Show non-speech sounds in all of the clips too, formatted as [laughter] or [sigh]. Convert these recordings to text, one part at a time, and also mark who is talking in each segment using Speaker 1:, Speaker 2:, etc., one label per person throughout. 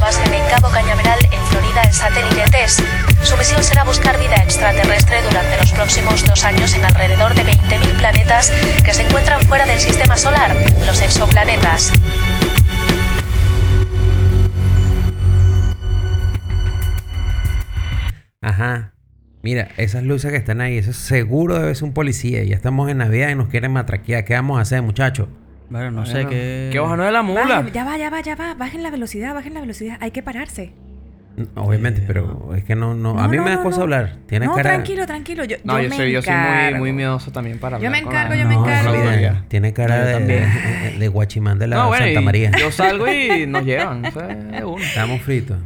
Speaker 1: basen en Cabo Cañaveral, en Florida, el satélite TESS. Su misión será buscar vida extraterrestre durante los próximos dos años en alrededor de 20.000 planetas que se encuentran fuera del sistema solar, los exoplanetas.
Speaker 2: Ajá. Mira, esas luces que están ahí, eso seguro debe ser un policía. Ya estamos en Navidad y nos quieren matraquear. ¿Qué vamos a hacer, muchachos?
Speaker 3: Bueno, no sé
Speaker 4: Bueno,
Speaker 3: qué.
Speaker 4: ¿Qué bajó de la mula?
Speaker 5: Bajen- ya va, ya va, ya va. Bajen la velocidad, bajen la velocidad. Hay que pararse.
Speaker 2: No, Obviamente, pero es que no, no. a
Speaker 5: No,
Speaker 2: mí
Speaker 5: no,
Speaker 2: me da
Speaker 5: no,
Speaker 2: cosa
Speaker 5: no.
Speaker 2: hablar. Tienes
Speaker 5: no,
Speaker 2: cara.
Speaker 5: tranquilo, tranquilo. Yo,
Speaker 4: No, yo,
Speaker 5: me
Speaker 4: soy, yo soy muy,
Speaker 5: encargo.
Speaker 4: muy miedoso también para
Speaker 5: Yo
Speaker 4: hablar
Speaker 5: me
Speaker 4: con
Speaker 5: encargo,
Speaker 4: la-
Speaker 5: yo me
Speaker 2: No,
Speaker 5: encargo.
Speaker 4: con la
Speaker 2: Florian,
Speaker 4: autoridad.
Speaker 2: Tiene cara
Speaker 3: Yo
Speaker 2: de, de guachimán de la
Speaker 4: No, bueno,
Speaker 2: Santa
Speaker 4: y
Speaker 2: María.
Speaker 4: yo salgo
Speaker 3: [laughs]
Speaker 4: y nos llevan. eso es de uno.
Speaker 2: Estamos fritos.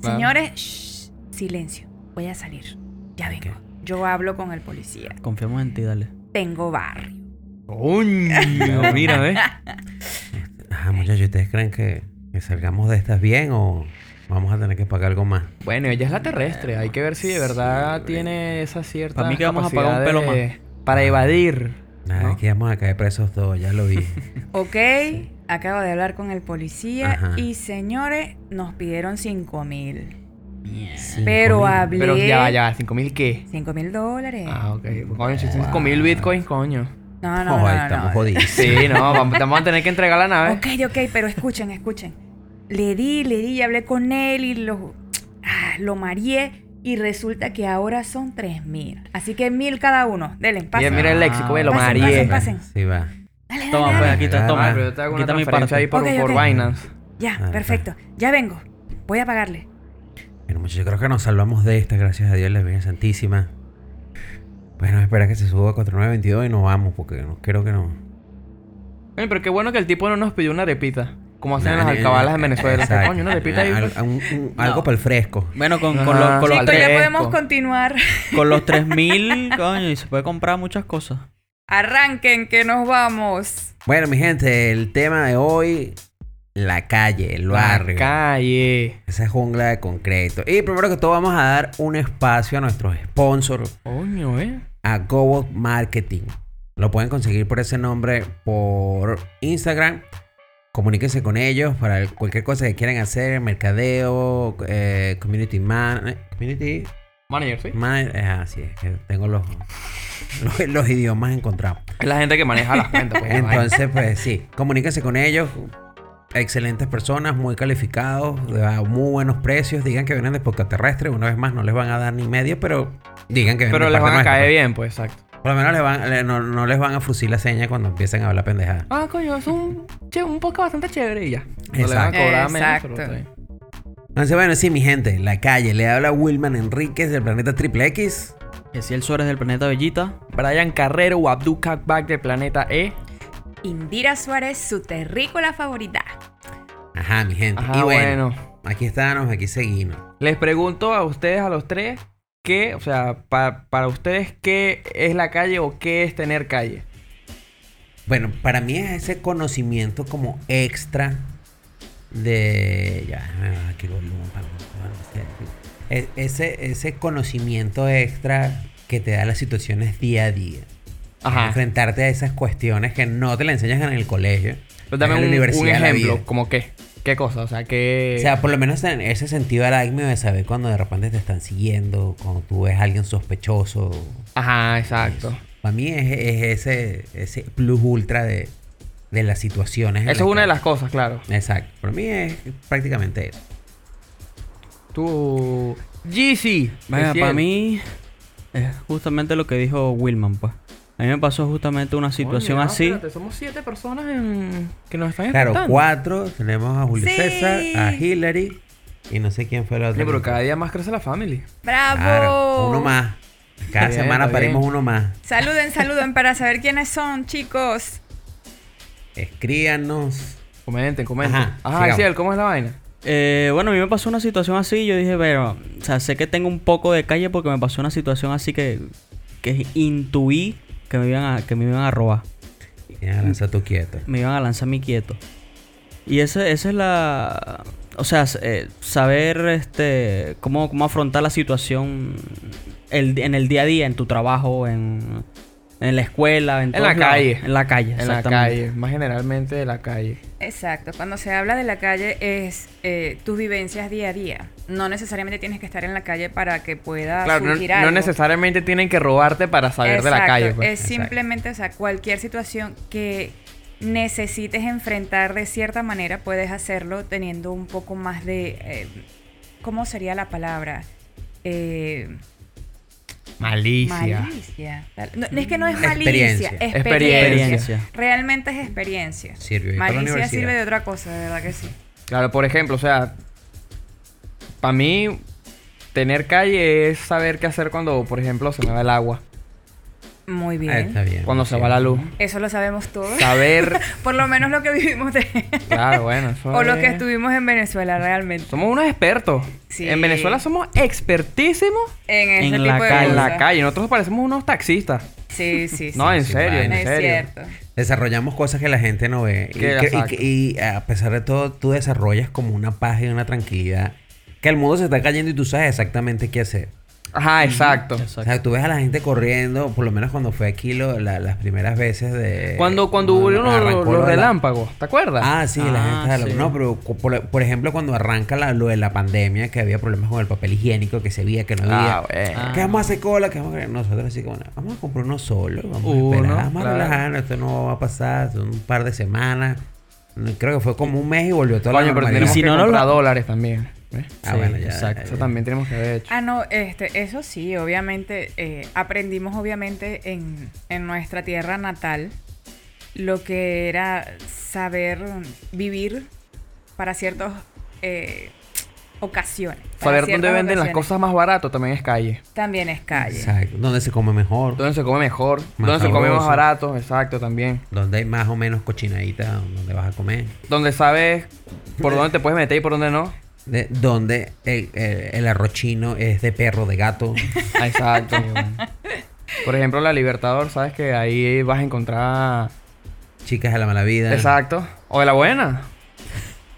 Speaker 5: Señores, shh, silencio. Voy a salir. Ya vengo. Yo hablo con el policía.
Speaker 3: Confiamos en ti, dale.
Speaker 5: Tengo barrio.
Speaker 3: [laughs]
Speaker 4: Coño, mira, ¿ves?
Speaker 2: Ajá, muchachos, Ah, ¿ustedes creen que, que salgamos de estas bien o vamos a tener que pagar algo más?
Speaker 4: Bueno, ella es la terrestre. Hay que ver si de verdad tiene esa cierta.
Speaker 3: Pa' mí que vamos a pagar un
Speaker 4: capacidad
Speaker 3: pelo
Speaker 4: de- Para evadir.
Speaker 2: Nada,
Speaker 4: ¿No?
Speaker 2: aquí vamos a caer presos todos, ya lo vi.
Speaker 5: [laughs] Ok, acabo de hablar con el policía
Speaker 2: Ajá.
Speaker 5: y señores, nos pidieron 5 mil.
Speaker 2: Cinco
Speaker 5: Pero
Speaker 2: mil.
Speaker 5: hablé.
Speaker 4: Pero ya, va, ya, va, ¿cinco mil qué?
Speaker 5: 5 mil dólares.
Speaker 4: Ah, ok. Coño, si cinco mil bitcoins, coño.
Speaker 5: No, no,
Speaker 2: Oh,
Speaker 5: no,
Speaker 2: ahí
Speaker 5: no,
Speaker 2: estamos
Speaker 5: no.
Speaker 2: jodidos.
Speaker 4: Sí, no, vamos, vamos a tener que entregar la nave.
Speaker 5: Ok, ok, pero escuchen, escuchen. Le di, le di, y hablé con él y lo, ah, lo mareé. Y resulta que ahora son 3 mil. Así que mil cada uno. Dele,
Speaker 4: Mira,
Speaker 5: pasen.
Speaker 4: mira el léxico, ve, lo
Speaker 5: Pasen,
Speaker 4: mareé.
Speaker 5: pasen, pasen.
Speaker 2: Sí, va.
Speaker 5: Dale, dale,
Speaker 3: Toma,
Speaker 5: dale.
Speaker 3: pues aquí está,
Speaker 4: Ah,
Speaker 3: toma.
Speaker 4: pero yo te hago una
Speaker 3: Quita mi
Speaker 4: transferencia ahí
Speaker 3: parte.
Speaker 4: por,
Speaker 5: Ok,
Speaker 4: por
Speaker 5: ok.
Speaker 4: Binance.
Speaker 5: Ya,
Speaker 2: Dale, pues.
Speaker 5: perfecto. Ya vengo. Voy a pagarle.
Speaker 2: Bueno, muchachos, creo que nos salvamos de esta, gracias a Dios, la Virgen Santísima. Bueno, espera que se suba a 4922 y nos vamos, porque no creo que no.
Speaker 4: Oye, pero qué bueno que el tipo no nos pidió una arepita. Como hacen
Speaker 2: Nah,
Speaker 4: las
Speaker 2: nah,
Speaker 4: alcabalas en
Speaker 2: nah.
Speaker 4: Venezuela.
Speaker 2: Exacto.
Speaker 4: Coño, una arepita ahí. pues.
Speaker 2: Al- un- un- Algo para el fresco.
Speaker 3: Bueno, con, con,
Speaker 4: Ajá.
Speaker 3: los- con los,
Speaker 4: Chicos,
Speaker 5: Entonces ya
Speaker 3: tres,
Speaker 5: podemos
Speaker 4: con-
Speaker 5: continuar.
Speaker 3: con los 3000, [laughs] coño, y se puede comprar muchas cosas.
Speaker 5: Arranquen, que nos vamos.
Speaker 2: Bueno, mi gente, el tema de hoy, la calle, el barrio.
Speaker 4: La calle.
Speaker 2: Esa jungla de concreto. Y primero que todo vamos a dar un espacio a nuestros sponsors,
Speaker 4: Coño, eh.
Speaker 2: a GoBot Marketing. Lo pueden conseguir por ese nombre por Instagram. Comuníquense con ellos para el- cualquier cosa que quieran hacer, mercadeo, eh, community man, eh, community
Speaker 4: Manager, sí.
Speaker 2: man, eh, así es, que tengo los, [laughs] los, los idiomas encontrados.
Speaker 4: Es la gente que maneja las cuentas. pues,
Speaker 2: Entonces, pues sí, comuníquense con ellos. Excelentes personas, muy calificados, a muy buenos precios. Digan que vienen de Podcast Terrestre. Una vez más, no les van a dar ni medio, pero digan que vienen
Speaker 4: Pero
Speaker 2: de
Speaker 4: les
Speaker 2: parte
Speaker 4: van a
Speaker 2: nuestra,
Speaker 4: caer
Speaker 2: pues.
Speaker 4: bien, pues, exacto.
Speaker 2: Por lo menos les van- le- no, no les van a fusilar la seña cuando empiecen a hablar pendejada.
Speaker 4: Ah, coño, es un, che, un podcast bastante chévere y ya. No le van a
Speaker 2: Exacto.
Speaker 4: cobrar menos, pero
Speaker 5: Exacto.
Speaker 4: está bien.
Speaker 2: Entonces, bueno, sí, mi gente, la calle. Le habla Wilman Enríquez del planeta Triple X.
Speaker 3: Esiel Suárez del planeta Bellita.
Speaker 4: Brian Carrero o Abdul Kakbak de Planeta E.
Speaker 5: Indira Suárez, su terrícola favorita.
Speaker 2: Ajá, mi gente.
Speaker 4: Ajá,
Speaker 2: y bueno,
Speaker 4: bueno.
Speaker 2: aquí estamos, aquí seguimos.
Speaker 4: Les pregunto a ustedes, a los tres, qué, o sea, pa- para ustedes, qué es la calle o qué es tener calle.
Speaker 2: Bueno, para mí es ese conocimiento como extra de. Ya, déjame bajar aquí el volumen para no- para no ser- E- ese, ese conocimiento extra que te da las situaciones día a día.
Speaker 4: Ajá.
Speaker 2: Enfrentarte a esas cuestiones que no te la enseñan en el colegio.
Speaker 4: Pero dame
Speaker 2: en
Speaker 4: un,
Speaker 2: la
Speaker 4: un
Speaker 2: universidad, en la
Speaker 4: ejemplo,
Speaker 2: vida.
Speaker 4: como qué. ¿Qué cosa? O sea, qué.
Speaker 2: O sea, por lo menos en ese sentido arácnido de saber cuando de repente te están siguiendo, cuando tú ves a alguien sospechoso.
Speaker 4: Ajá, exacto.
Speaker 2: Para mí es, es ese, ese plus ultra de, de las situaciones. en
Speaker 4: Eso es
Speaker 2: que-
Speaker 4: una de las cosas, claro.
Speaker 2: Exacto. Para mí es prácticamente eso.
Speaker 4: Tú. Yeezy.
Speaker 3: Venga,
Speaker 4: Recién.
Speaker 3: para mí es justamente lo que dijo Wilman, pues. A mí me pasó justamente una situación
Speaker 4: Coño, no,
Speaker 3: así.
Speaker 4: espérate, somos siete personas en- que nos están
Speaker 2: Claro,
Speaker 4: escuchando.
Speaker 2: cuatro. Tenemos a Julio
Speaker 5: Sí.
Speaker 2: César, a Hillary y no sé quién fue la
Speaker 4: Sí,
Speaker 2: otra.
Speaker 4: pero cada día más crece la family.
Speaker 5: ¡Bravo!
Speaker 2: Claro, uno más. Cada
Speaker 4: Está bien,
Speaker 2: semana
Speaker 4: está bien.
Speaker 2: parimos uno más.
Speaker 5: Saluden, saluden para saber quiénes son, chicos.
Speaker 2: Escríbanos.
Speaker 4: Comenten, comenten.
Speaker 2: Ajá,
Speaker 4: Ajá,
Speaker 2: sigamos.
Speaker 4: Ciel, ¿cómo es la vaina?
Speaker 3: Eh, bueno, a mí me pasó una situación así. Yo dije, pero, o sea, sé que tengo un poco de calle porque me pasó una situación así que, que intuí que me, iban a, que me iban a robar.
Speaker 2: Ya, lanza tu quieto.
Speaker 3: Me iban a lanzar mi quieto. Y ese- esa es la. O sea, s- eh, saber este cómo, cómo afrontar la situación el- en el día a día, en tu trabajo, en, En la escuela, en,
Speaker 4: En
Speaker 3: todos
Speaker 4: la
Speaker 3: lados.
Speaker 4: calle.
Speaker 3: En la calle,
Speaker 4: En la
Speaker 3: exactamente.
Speaker 4: calle, más generalmente de la calle.
Speaker 5: Exacto, cuando se habla de la calle es eh, tus vivencias día a día. No necesariamente tienes que estar en la calle para que pueda
Speaker 4: Claro, no,
Speaker 5: surgir
Speaker 4: no
Speaker 5: algo.
Speaker 4: necesariamente tienen que robarte para saber de la
Speaker 5: Exacto,
Speaker 4: calle. pues.
Speaker 5: Es simplemente, o sea, cualquier situación que necesites enfrentar de cierta manera, puedes hacerlo teniendo un poco más de... eh, ¿Cómo sería la palabra? Eh,
Speaker 4: Malicia.
Speaker 5: malicia. Tal- no, es que no es
Speaker 2: Experiencia.
Speaker 5: malicia, experiencia.
Speaker 3: Experiencia.
Speaker 5: Realmente es experiencia.
Speaker 2: Sirve para la
Speaker 5: Malicia
Speaker 2: universidad.
Speaker 5: sirve de otra cosa, de verdad que sí.
Speaker 4: Claro, por ejemplo, o sea, para mí tener calle es saber qué hacer cuando, por ejemplo, se me va el agua,
Speaker 5: Muy bien.
Speaker 2: Ah, está bien.
Speaker 4: cuando se va la luz.
Speaker 5: Eso lo sabemos
Speaker 3: [laughs]
Speaker 5: todos.
Speaker 4: Saber,
Speaker 5: Por lo menos lo que vivimos de...
Speaker 4: claro, bueno, eso
Speaker 5: o lo
Speaker 4: es-
Speaker 5: que estuvimos en Venezuela realmente.
Speaker 4: Pues, Somos unos expertos.
Speaker 5: Sí.
Speaker 4: En Venezuela somos expertísimos
Speaker 5: En ese
Speaker 3: En
Speaker 5: tipo
Speaker 3: la
Speaker 5: de
Speaker 3: calle.
Speaker 4: en
Speaker 5: cosas.
Speaker 4: la calle. Nosotros parecemos unos taxistas.
Speaker 5: Sí, sí, sí.
Speaker 4: no, en
Speaker 2: sí,
Speaker 4: serio, en
Speaker 2: vaina.
Speaker 5: es
Speaker 4: serio.
Speaker 5: cierto.
Speaker 2: Desarrollamos cosas que la gente no ve. Y,
Speaker 4: Que
Speaker 2: que- y
Speaker 4: exacto.
Speaker 2: que- y a pesar de todo, tú desarrollas como una paz y una tranquilidad. Que el mundo se está cayendo y tú sabes exactamente qué hacer.
Speaker 4: Ajá, exacto.
Speaker 2: O
Speaker 3: Exacto.
Speaker 2: sea, tú ves a la gente corriendo, por lo menos cuando fue aquí lo- la- las primeras veces de...
Speaker 4: Cuando, cuando hubo
Speaker 2: uno
Speaker 4: los, los relámpagos, ¿te acuerdas?
Speaker 2: Ah, sí, la
Speaker 3: Ah,
Speaker 2: gente... de la-
Speaker 3: sí.
Speaker 2: No, pero cu- por, por ejemplo, cuando arranca la- lo de la pandemia, que había problemas con el papel higiénico, que se veía, que no había...
Speaker 4: Ah, bueno.
Speaker 3: Ah.
Speaker 2: ¿Qué vamos a hacer cola? ¿Qué vamos a hacer? Nosotros así como, vamos a comprar uno solo, vamos
Speaker 4: Uno,
Speaker 2: a esperar, vamos
Speaker 4: claro.
Speaker 2: a relajarnos, esto no va a pasar, son un par de semanas. No, Creo que fue como un mes y volvió todo
Speaker 4: Coño, pero tenemos
Speaker 3: Y si
Speaker 4: que
Speaker 3: no, no
Speaker 4: comprar
Speaker 3: lo- Eh.
Speaker 4: dólares también. ¿ves?
Speaker 2: Ah,
Speaker 3: Sí,
Speaker 2: bueno, ya.
Speaker 3: exacto.
Speaker 4: Eso también tenemos que haber hecho.
Speaker 5: Ah, no, este, eso sí, obviamente, eh, aprendimos obviamente en, en nuestra tierra natal lo que era saber vivir para ciertas ocasiones. para
Speaker 4: Saber dónde
Speaker 5: ciertas
Speaker 4: venden las
Speaker 5: ocasiones.
Speaker 4: cosas más barato también es calle.
Speaker 5: También es calle.
Speaker 2: Exacto. ¿Dónde se come mejor?
Speaker 4: Dónde se come mejor,
Speaker 2: Más
Speaker 4: dónde se come más
Speaker 2: sabroso.
Speaker 4: barato, exacto también.
Speaker 2: ¿Dónde hay más o menos cochinadita donde vas a comer?
Speaker 4: Donde sabes por dónde te puedes meter y por dónde no.
Speaker 2: De- ¿Dónde el, el- el arroz chino es de perro, de
Speaker 4: [laughs]
Speaker 2: gato?
Speaker 4: Ah, Exacto. Por ejemplo, la Libertador, sabes que ahí vas a encontrar.
Speaker 2: Chicas de la mala vida.
Speaker 4: Exacto. O de la buena.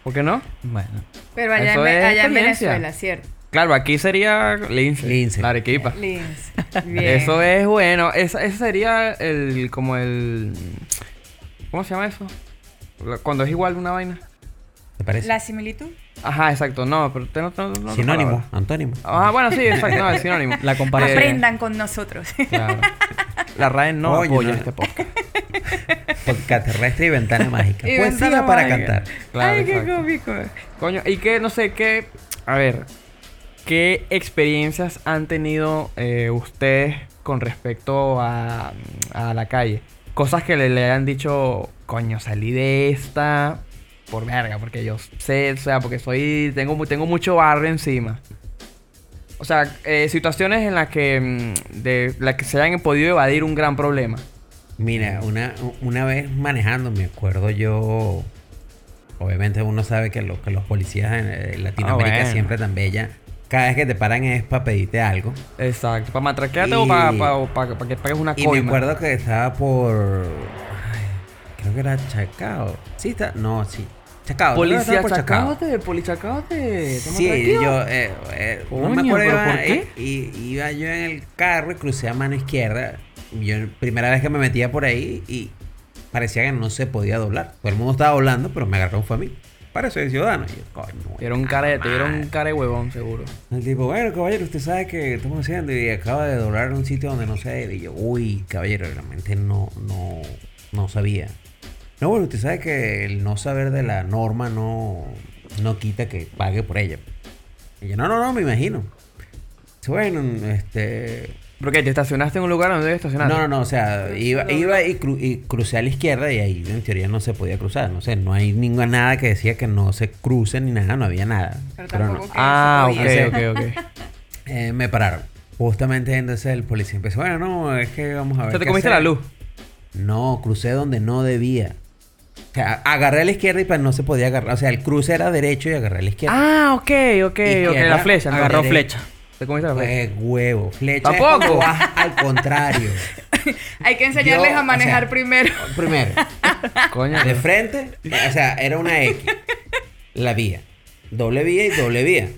Speaker 4: ¿Por qué no?
Speaker 3: Bueno.
Speaker 5: Pero allá,
Speaker 4: Eso
Speaker 5: en, Ve-
Speaker 4: es
Speaker 5: allá en
Speaker 4: experiencia.
Speaker 5: Venezuela, ¿cierto?
Speaker 4: Claro, aquí sería Lince.
Speaker 2: Lince.
Speaker 4: La Arequipa.
Speaker 5: Lins.
Speaker 4: [laughs] Eso es bueno. Es- Ese sería el. como el. ¿Cómo se llama eso? La- Cuando es igual una vaina.
Speaker 2: ¿Te parece?
Speaker 5: La similitud.
Speaker 4: Ajá, exacto. No, pero usted no, no- no- no-
Speaker 2: Sinónimo, antónimo.
Speaker 4: Ah, bueno, sí, exacto, no, el sinónimo.
Speaker 3: La comparación.
Speaker 5: Aprendan con
Speaker 2: [laughs]
Speaker 5: nosotros.
Speaker 4: Claro. La RAE no
Speaker 2: Oye,
Speaker 4: apoya
Speaker 2: no.
Speaker 4: este podcast.
Speaker 2: Podcast terrestre y ventana mágica.
Speaker 5: Y
Speaker 2: Poesía
Speaker 5: ventana
Speaker 2: para
Speaker 5: mágica.
Speaker 2: cantar.
Speaker 4: Claro,
Speaker 5: Ay, qué
Speaker 4: exacto.
Speaker 5: cómico.
Speaker 4: Coño, y que, no sé, qué... A ver, ¿qué experiencias han tenido eh, ustedes con respecto a, a la calle? Cosas que le, le han dicho, coño, salí de esta por verga, porque yo sé, o sea, porque soy, tengo, mu- tengo mucho barrio encima. O sea, eh, situaciones en las que, mm, de, las que se hayan podido evadir un gran problema.
Speaker 2: Mira, una, una vez manejando, me acuerdo yo. Obviamente uno sabe que, lo- que los policías en, eh, en Latinoamérica
Speaker 4: Ah, bueno.
Speaker 2: siempre tan bella. Cada vez que te paran es para pedirte algo.
Speaker 4: Exacto, para matraquearte o
Speaker 2: Y-
Speaker 4: para que pagues una
Speaker 2: Y
Speaker 4: coima.
Speaker 2: me acuerdo que estaba por. ay, creo que era Chacao. ¿Sí está? No, sí. Chacao. creo que
Speaker 4: Policía
Speaker 2: estaba por
Speaker 4: chacaote, polichacaote. ¿estamos
Speaker 2: Sí,
Speaker 4: tranquilos?
Speaker 2: yo. eh, eh, no
Speaker 4: Coño,
Speaker 2: me acuerdo.
Speaker 4: ¿pero
Speaker 2: iba-
Speaker 4: por qué?
Speaker 2: i- i- iba yo en el carro y crucé a mano izquierda. Yo, primera vez que me metía por ahí y parecía que no se podía doblar. Todo el mundo estaba doblando, pero me agarraron fue a mí. Para ser ciudadano. Y yo, coño.
Speaker 4: Era un cara de, te dieron un cara de huevón, seguro.
Speaker 2: El tipo, bueno, caballero, usted sabe que estamos haciendo y acaba de doblar en un sitio donde no se debe. Y yo, uy, caballero, realmente no, no, no sabía. No, bueno, usted sabe que el no saber de la norma no, no quita que pague por ella. Y yo, no, no, no, me imagino. Dice, Bueno, este...
Speaker 4: ¿Pero qué? ¿Te estacionaste en un lugar donde debes estacionar?
Speaker 2: No, no, no, o sea, iba, iba y, cru- y crucé a la izquierda y ahí en teoría no se podía cruzar. No sé, no hay ninguna nada que decía que no se cruce ni nada, no había nada.
Speaker 5: Pero
Speaker 2: Pero no.
Speaker 5: tampoco que
Speaker 4: Ah,
Speaker 5: se
Speaker 4: ok,
Speaker 5: podía.
Speaker 4: ok,
Speaker 2: [laughs]
Speaker 4: ok.
Speaker 2: Eh, me pararon. Justamente entonces el policía empezó, bueno, no, es que vamos a
Speaker 4: O
Speaker 2: ver.
Speaker 4: sea, te
Speaker 2: qué
Speaker 4: comiste la
Speaker 2: hacer".
Speaker 4: luz.
Speaker 2: No, crucé donde no debía. O sea, agarré a la izquierda y pues no se podía agarrar. O sea, el cruce era derecho y agarré a la izquierda.
Speaker 4: Ah, ok, ok, ok.
Speaker 2: Izquierda,
Speaker 4: La flecha, entonces.
Speaker 3: Agarró
Speaker 2: Dere-
Speaker 3: flecha.
Speaker 4: Te comiste la flecha.
Speaker 2: Pues, huevo, flecha. es
Speaker 4: Ah, ¿Tampoco?
Speaker 2: cuando vas al
Speaker 4: [laughs]
Speaker 2: contrario.
Speaker 5: Hay que enseñarles
Speaker 2: Yo,
Speaker 5: a manejar
Speaker 2: o sea,
Speaker 5: primero. [laughs]
Speaker 2: Primero,
Speaker 4: Coño.
Speaker 2: Pues, de frente, o sea, era una X. La vía. Doble vía y doble vía.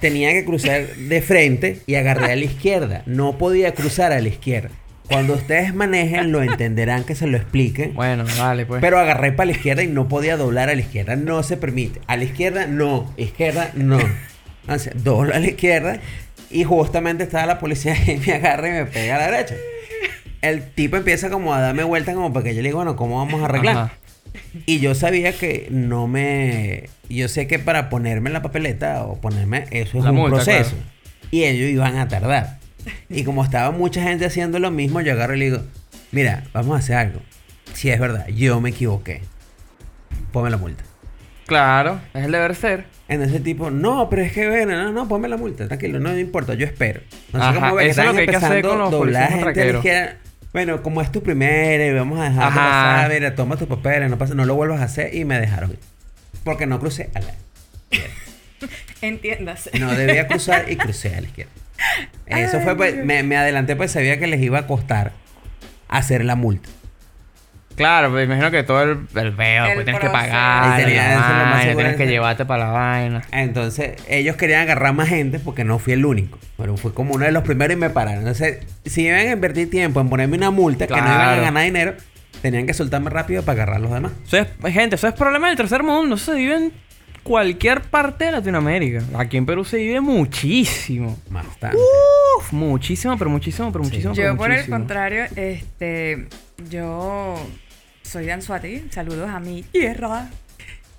Speaker 2: Tenía que cruzar de frente y agarré a la izquierda. No podía cruzar a la izquierda. Cuando ustedes manejen, lo entenderán que se lo expliquen.
Speaker 4: Bueno, vale, pues.
Speaker 2: Pero agarré para la izquierda y no podía doblar a la izquierda. No se permite. A la izquierda, no. Izquierda, no. Entonces, doblo a la izquierda y justamente estaba la policía y me agarra y me pega a la derecha. El tipo empieza como a darme vuelta como para que yo le digo, bueno, ¿cómo vamos a arreglar?
Speaker 4: Ajá.
Speaker 2: Y yo sabía que no me... Yo sé que para ponerme la papeleta o ponerme... Eso es
Speaker 4: La
Speaker 2: un
Speaker 4: multa,
Speaker 2: proceso.
Speaker 4: claro.
Speaker 2: Y ellos iban a tardar. Y como estaba mucha gente haciendo lo mismo, yo agarro y le digo, mira, vamos a hacer algo. Si es verdad, yo me equivoqué. Ponme la multa.
Speaker 4: Claro, es el deber ser.
Speaker 2: En ese tipo, no, pero es que ver, no, no, ponme la multa, tranquilo, no me importa, yo espero. No
Speaker 4: Ajá, eso es lo
Speaker 2: estaban
Speaker 4: que hay que hacer con
Speaker 2: empezando
Speaker 4: los
Speaker 2: a doblar
Speaker 4: policías
Speaker 2: gente a la
Speaker 4: raqueros.
Speaker 2: izquierda. Bueno, como es tu primera y vamos a dejar
Speaker 4: Ajá.
Speaker 2: pasar, mira, toma tus papeles, no pasa, no lo vuelvas a hacer y me dejaron. ir. Porque no crucé a la
Speaker 5: Entiéndase.
Speaker 2: no debía cruzar y crucé a la izquierda. Eso
Speaker 5: Ay,
Speaker 2: fue, pues,
Speaker 5: Dios.
Speaker 2: me, me adelanté pues sabía que les iba a costar hacer la multa.
Speaker 4: Claro, me imagino que todo el, el veo,
Speaker 5: El
Speaker 4: pues tienes que
Speaker 5: proceso.
Speaker 4: pagar,
Speaker 2: Ahí tenía,
Speaker 4: la
Speaker 2: eso es lo más
Speaker 4: vaina,
Speaker 2: seguro
Speaker 4: tienes
Speaker 2: es-
Speaker 4: que llevarte para la vaina.
Speaker 2: Entonces, ellos querían agarrar más gente porque no fui el único. Pero fui como uno de los primeros y me pararon. Entonces, si iban a invertir tiempo en ponerme una multa que no iban a
Speaker 4: Claro.
Speaker 2: ganar dinero, tenían que soltarme rápido para agarrar a los demás.
Speaker 4: Eso es- gente, eso es problema del tercer mundo. Eso se vive en cualquier parte de Latinoamérica. Aquí en Perú se vive muchísimo.
Speaker 2: Bastante.
Speaker 4: Uf, muchísimo, pero muchísimo, pero muchísimo. pero
Speaker 5: Yo, por el
Speaker 4: muchísimo.
Speaker 5: contrario, este, yo soy de Anzuategui, saludos a mi tierra.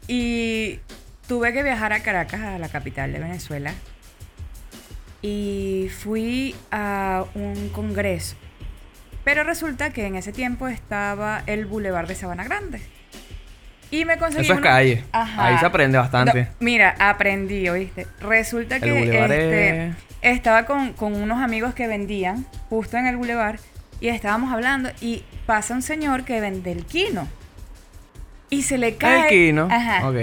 Speaker 5: Y tuve que viajar a Caracas, a la capital de Venezuela. Y fui a un congreso. Pero resulta que en ese tiempo estaba el Boulevard de Sabana Grande. Y me conseguí.
Speaker 4: Eso es
Speaker 5: una-
Speaker 4: calle. Ahí se aprende bastante.
Speaker 5: No, mira, aprendí, ¿oíste? Resulta
Speaker 4: El
Speaker 5: que
Speaker 4: bulevar
Speaker 5: este,
Speaker 4: es-
Speaker 5: estaba con, con unos amigos que vendían justo en el bulevar y estábamos hablando y pasa un señor que vende el quino. Y se le cae.
Speaker 4: El quino.
Speaker 5: Ajá.
Speaker 4: Ok.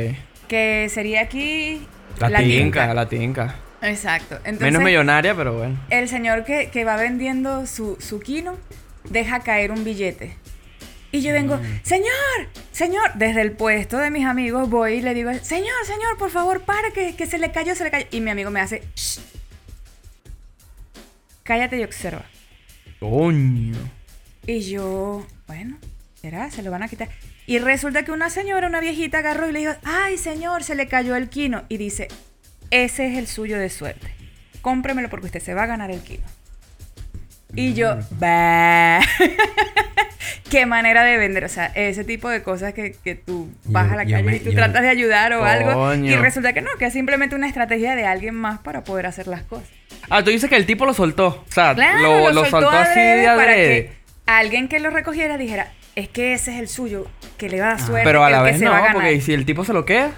Speaker 5: Que sería aquí.
Speaker 4: La, tinca, la tinca.
Speaker 5: Exacto. Entonces,
Speaker 4: Menos millonaria, pero bueno.
Speaker 5: el señor que, que va vendiendo su, su quino deja caer un billete. Y yo vengo, señor, señor, desde el puesto de mis amigos voy y le digo, señor, señor, por favor, para, que, que se le cayó, se le cayó. Y mi amigo me hace, "Shh. cállate y observa.
Speaker 4: Coño.
Speaker 5: Y yo, bueno, será, se lo van a quitar. Y resulta que una señora, una viejita, agarró y le dijo, ay, señor, se le cayó el quino. Y dice, ese es el suyo de suerte. Cómpremelo porque usted se va a ganar el quino. Y yo,
Speaker 2: Mm.
Speaker 5: bah. [laughs] Qué manera de vender, o sea, ese tipo de cosas que, que tú vas
Speaker 2: Yo-
Speaker 5: a la
Speaker 2: yo
Speaker 5: calle
Speaker 2: me-
Speaker 5: y tú
Speaker 2: yo-
Speaker 5: tratas de ayudar o algo. Y
Speaker 4: Coño.
Speaker 5: resulta que no, que es simplemente una estrategia de alguien más para poder hacer las cosas.
Speaker 4: Ah, tú dices que el tipo lo soltó. O sea,
Speaker 5: Claro,
Speaker 4: lo,
Speaker 5: lo,
Speaker 4: lo soltó, así
Speaker 5: adrede
Speaker 4: de
Speaker 5: para
Speaker 4: adrede.
Speaker 5: que alguien que lo recogiera dijera, es que ese es el suyo, que le va a dar suerte,
Speaker 4: Ah, Pero a
Speaker 5: que
Speaker 4: la
Speaker 5: el que
Speaker 4: vez
Speaker 5: se
Speaker 4: no,
Speaker 5: va a ganar.
Speaker 4: porque ¿y si el tipo se lo queda.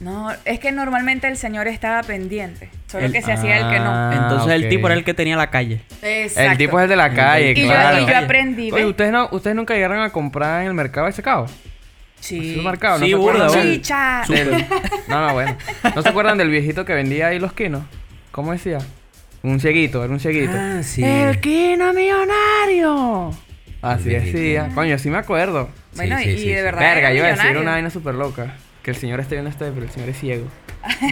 Speaker 5: No, es que normalmente el señor estaba pendiente, solo
Speaker 3: El-
Speaker 5: que se hacía el que no.
Speaker 4: Ah,
Speaker 3: Entonces el
Speaker 4: ok.
Speaker 3: tipo era el que tenía la calle.
Speaker 5: Exacto.
Speaker 4: El tipo es el de la calle,
Speaker 5: Y yo-
Speaker 4: claro.
Speaker 5: y yo aprendí,
Speaker 4: Oye,
Speaker 5: ¿ves?
Speaker 4: ¿ustedes, no, ¿ustedes nunca llegaron a comprar en el mercado de secado?
Speaker 5: Sí.
Speaker 4: ¿Es mercado?
Speaker 3: Sí,
Speaker 4: ¿No se acuerdan
Speaker 3: burda,
Speaker 4: del-
Speaker 5: Chicha.
Speaker 3: Súper. [laughs]
Speaker 4: del- No, no, bueno. ¿No se acuerdan del viejito que vendía ahí los quinos? ¿Cómo decía? Un cieguito, era un cieguito.
Speaker 2: Ah, sí.
Speaker 4: ¡El quino millonario! Así
Speaker 2: El
Speaker 4: decía. Coño, sí me acuerdo.
Speaker 5: [laughs] Bueno,
Speaker 2: Sí, sí,
Speaker 5: y
Speaker 2: sí,
Speaker 5: de
Speaker 2: sí.
Speaker 5: verdad. era
Speaker 4: Verga, yo iba a decir
Speaker 5: millonario.
Speaker 4: una vaina súper loca. Que el señor esté viendo esto, pero el señor es ciego.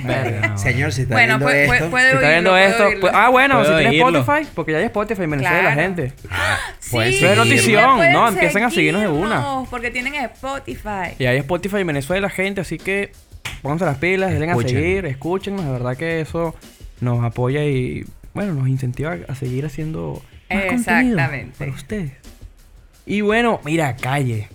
Speaker 4: Verga. no.
Speaker 2: Señor, si está
Speaker 5: Bueno,
Speaker 2: viendo
Speaker 5: puede, puede,
Speaker 2: esto,
Speaker 5: puede
Speaker 4: Si está
Speaker 5: oírlo,
Speaker 4: viendo
Speaker 5: puede
Speaker 4: esto.
Speaker 5: oírlo.
Speaker 4: pues- ah, bueno, si
Speaker 3: Puedo
Speaker 4: tiene
Speaker 3: oírlo.
Speaker 4: Spotify, porque ya hay Spotify en Venezuela, la
Speaker 5: Claro.
Speaker 4: gente.
Speaker 2: Ah, puede
Speaker 5: Sí,
Speaker 4: ser notición,
Speaker 5: pueden
Speaker 4: ¿no? Empiecen a seguirnos de una.
Speaker 5: seguirnos, Porque tienen Spotify.
Speaker 4: Y hay Spotify en Venezuela, gente, así que pónganse las pilas, denle a
Speaker 2: Escuchen.
Speaker 4: seguir, escúchenos, de verdad que eso nos apoya y, bueno, nos incentiva a seguir haciendo más contenido
Speaker 5: Exactamente.
Speaker 4: para ustedes. Y bueno, mira, calle.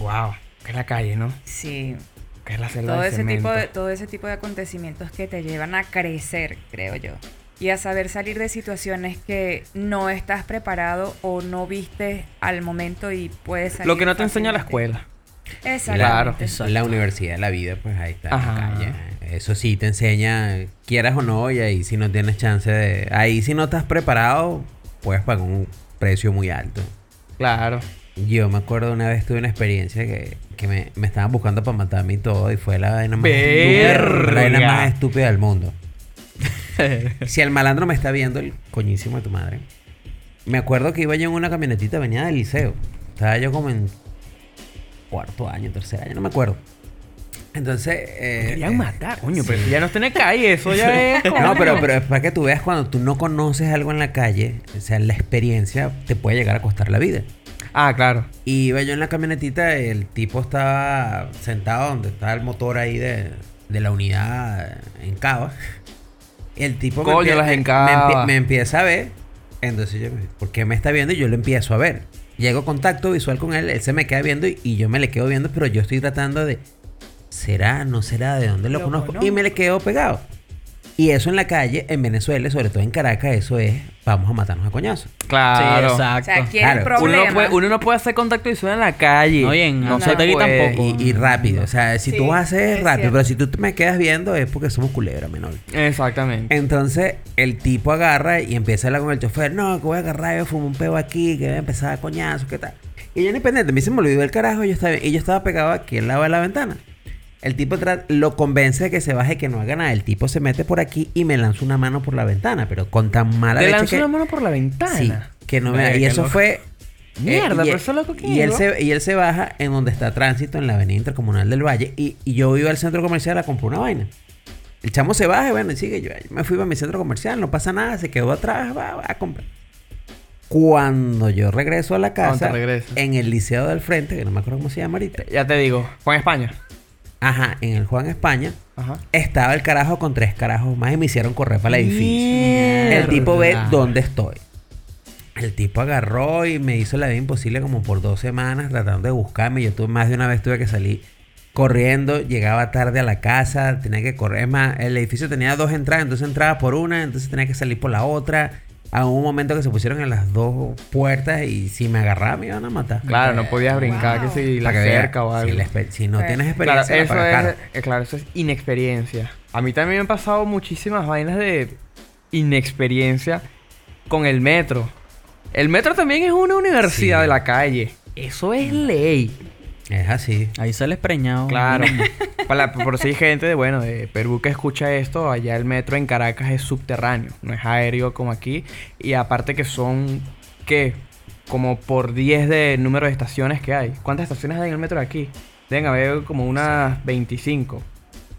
Speaker 4: Wow, que es la calle, ¿no?
Speaker 5: Sí.
Speaker 4: Que es la selva
Speaker 5: todo
Speaker 4: de
Speaker 5: ese tipo de
Speaker 4: cemento.
Speaker 5: todo ese tipo de acontecimientos que te llevan a crecer, creo yo, y a saber salir de situaciones que no estás preparado o no viste al momento y puedes salir
Speaker 4: Lo que no te enseña la
Speaker 5: fácilmente.
Speaker 4: escuela.
Speaker 2: Claro,
Speaker 5: Exactamente.
Speaker 3: Exacto.
Speaker 2: la universidad, la vida, pues ahí está. en la
Speaker 4: Ajá.
Speaker 2: calle. Eso sí te enseña, quieras o no, y ahí si no tienes chance de... Ahí si no estás preparado, puedes pagar un precio muy alto.
Speaker 4: Claro.
Speaker 2: Yo me acuerdo una vez tuve una experiencia que, que me, me estaban buscando para matarme y todo, y fue la vaina más, estúpida, la vaina
Speaker 4: Verga.
Speaker 2: más estúpida del
Speaker 4: [laughs]
Speaker 2: mundo. Si el malandro me está viendo, el coñísimo de tu madre. Me acuerdo que iba yo en una camionetita, venía del liceo. Estaba yo como en cuarto año, tercer año, no me acuerdo. Entonces. eh,
Speaker 4: Querían
Speaker 2: eh,
Speaker 4: matar. Coño, pero
Speaker 2: sí.
Speaker 4: eso ya no está en la calle, eso ya es.
Speaker 2: No, pero,
Speaker 4: coño.
Speaker 2: pero es para que tú veas cuando tú no conoces algo en la calle, o sea, la experiencia te puede llegar a costar la vida.
Speaker 4: Ah, claro.
Speaker 2: Y iba yo en la camionetita, el tipo estaba sentado donde estaba el motor ahí de, de la unidad en Cava. [laughs] El tipo
Speaker 4: Coño,
Speaker 2: empie-
Speaker 4: las en
Speaker 2: me
Speaker 4: Cava.
Speaker 2: empie- me empieza a ver. Entonces yo, me- ¿por qué me está viendo? Y yo lo empiezo a ver. Llego a contacto visual con él, él se me queda viendo y, y yo me le quedo viendo, pero yo estoy tratando de, ¿será? ¿No será? ¿De dónde lo,
Speaker 5: Lo
Speaker 2: conozco?
Speaker 5: conozco.
Speaker 2: Y me le quedo pegado. Y eso en la calle, en Venezuela, sobre todo en Caracas, eso es, vamos a matarnos a coñazos.
Speaker 4: Claro.
Speaker 3: Sí,
Speaker 5: O sea,
Speaker 3: exacto.
Speaker 5: quiere el
Speaker 2: Claro.
Speaker 5: problema.
Speaker 4: Uno no, puede, uno no puede hacer contacto visual en la calle.
Speaker 3: No, y en
Speaker 4: se
Speaker 3: Anzoátegui
Speaker 4: puede.
Speaker 3: tampoco.
Speaker 2: Eh, y, y rápido. O sea, si
Speaker 5: Sí,
Speaker 2: tú haces
Speaker 5: es
Speaker 2: es rápido,
Speaker 5: cierto.
Speaker 2: pero si tú te- me quedas viendo es porque somos culebra menor.
Speaker 4: Exactamente.
Speaker 2: Entonces el tipo agarra y empieza a hablar con el chofer. No, que voy a agarrar, yo fumo un peo aquí, que voy a empezar a coñazo, ¿qué tal? Y yo independiente, a mí se me olvidó el carajo y yo estaba, y yo estaba pegado aquí al lado de la ventana. El tipo tra- lo convence de que se baje, que no haga nada. El tipo se mete por aquí y me lanza una mano por la ventana, pero con tan mala
Speaker 4: Le
Speaker 2: leche
Speaker 4: lanzó
Speaker 2: que-
Speaker 4: una mano por la ventana.
Speaker 2: Sí, que no me
Speaker 4: Verga,
Speaker 2: Y eso
Speaker 4: loco.
Speaker 2: fue. eh,
Speaker 4: Mierda,
Speaker 2: y- e
Speaker 4: pero eso es loco que
Speaker 2: y él,
Speaker 4: llegó.
Speaker 2: se, y él se baja en donde está tránsito, en la avenida intercomunal del Valle. Y, y yo iba al centro comercial a comprar una vaina. El chamo se baja y bueno, y sigue. Yo, yo me fui para mi centro comercial, no pasa nada, se quedó atrás, va, va a comprar. Cuando yo regreso a la casa,
Speaker 4: regresas?
Speaker 2: en el liceo del frente, que no me acuerdo cómo se llama ahorita,
Speaker 4: Ya te digo, Juan España.
Speaker 2: ajá, en el Juan España,
Speaker 4: Ajá.
Speaker 2: estaba el carajo con tres carajos más y me hicieron correr para el edificio.
Speaker 4: Mierda.
Speaker 2: El tipo ve dónde estoy. El tipo agarró y me hizo la vida imposible como por dos semanas tratando de buscarme. Yo tuve más de una vez tuve que salir corriendo, llegaba tarde a la casa, tenía que correr. Es más, el edificio tenía dos entradas, entonces entraba por una, entonces tenía que salir por la otra. A un momento que se pusieron en las dos puertas y si me agarraba me iban a matar.
Speaker 4: Claro, no podías brincar
Speaker 5: Wow.
Speaker 4: que si la
Speaker 2: Para que veas,
Speaker 4: cerca o algo.
Speaker 2: Si, la exper- si no
Speaker 5: Sí.
Speaker 2: tienes
Speaker 4: Claro,
Speaker 2: experiencia, la
Speaker 4: eso
Speaker 2: pagas
Speaker 4: es,
Speaker 2: cara.
Speaker 4: eh, claro, eso es inexperiencia. A mí también me han pasado muchísimas vainas de inexperiencia con el metro. El metro también es una universidad
Speaker 2: Sí.
Speaker 4: de la calle. Eso es ley.
Speaker 2: es así.
Speaker 3: Ahí sales preñado. [laughs]
Speaker 4: Claro. Para, por si hay gente de, bueno, de Perú que escucha esto, allá el metro en Caracas es subterráneo, no es aéreo como aquí. Y aparte que son, ¿qué? Como por 10 de número de estaciones que hay. ¿Cuántas estaciones hay en el metro de aquí? Deben haber como unas 25.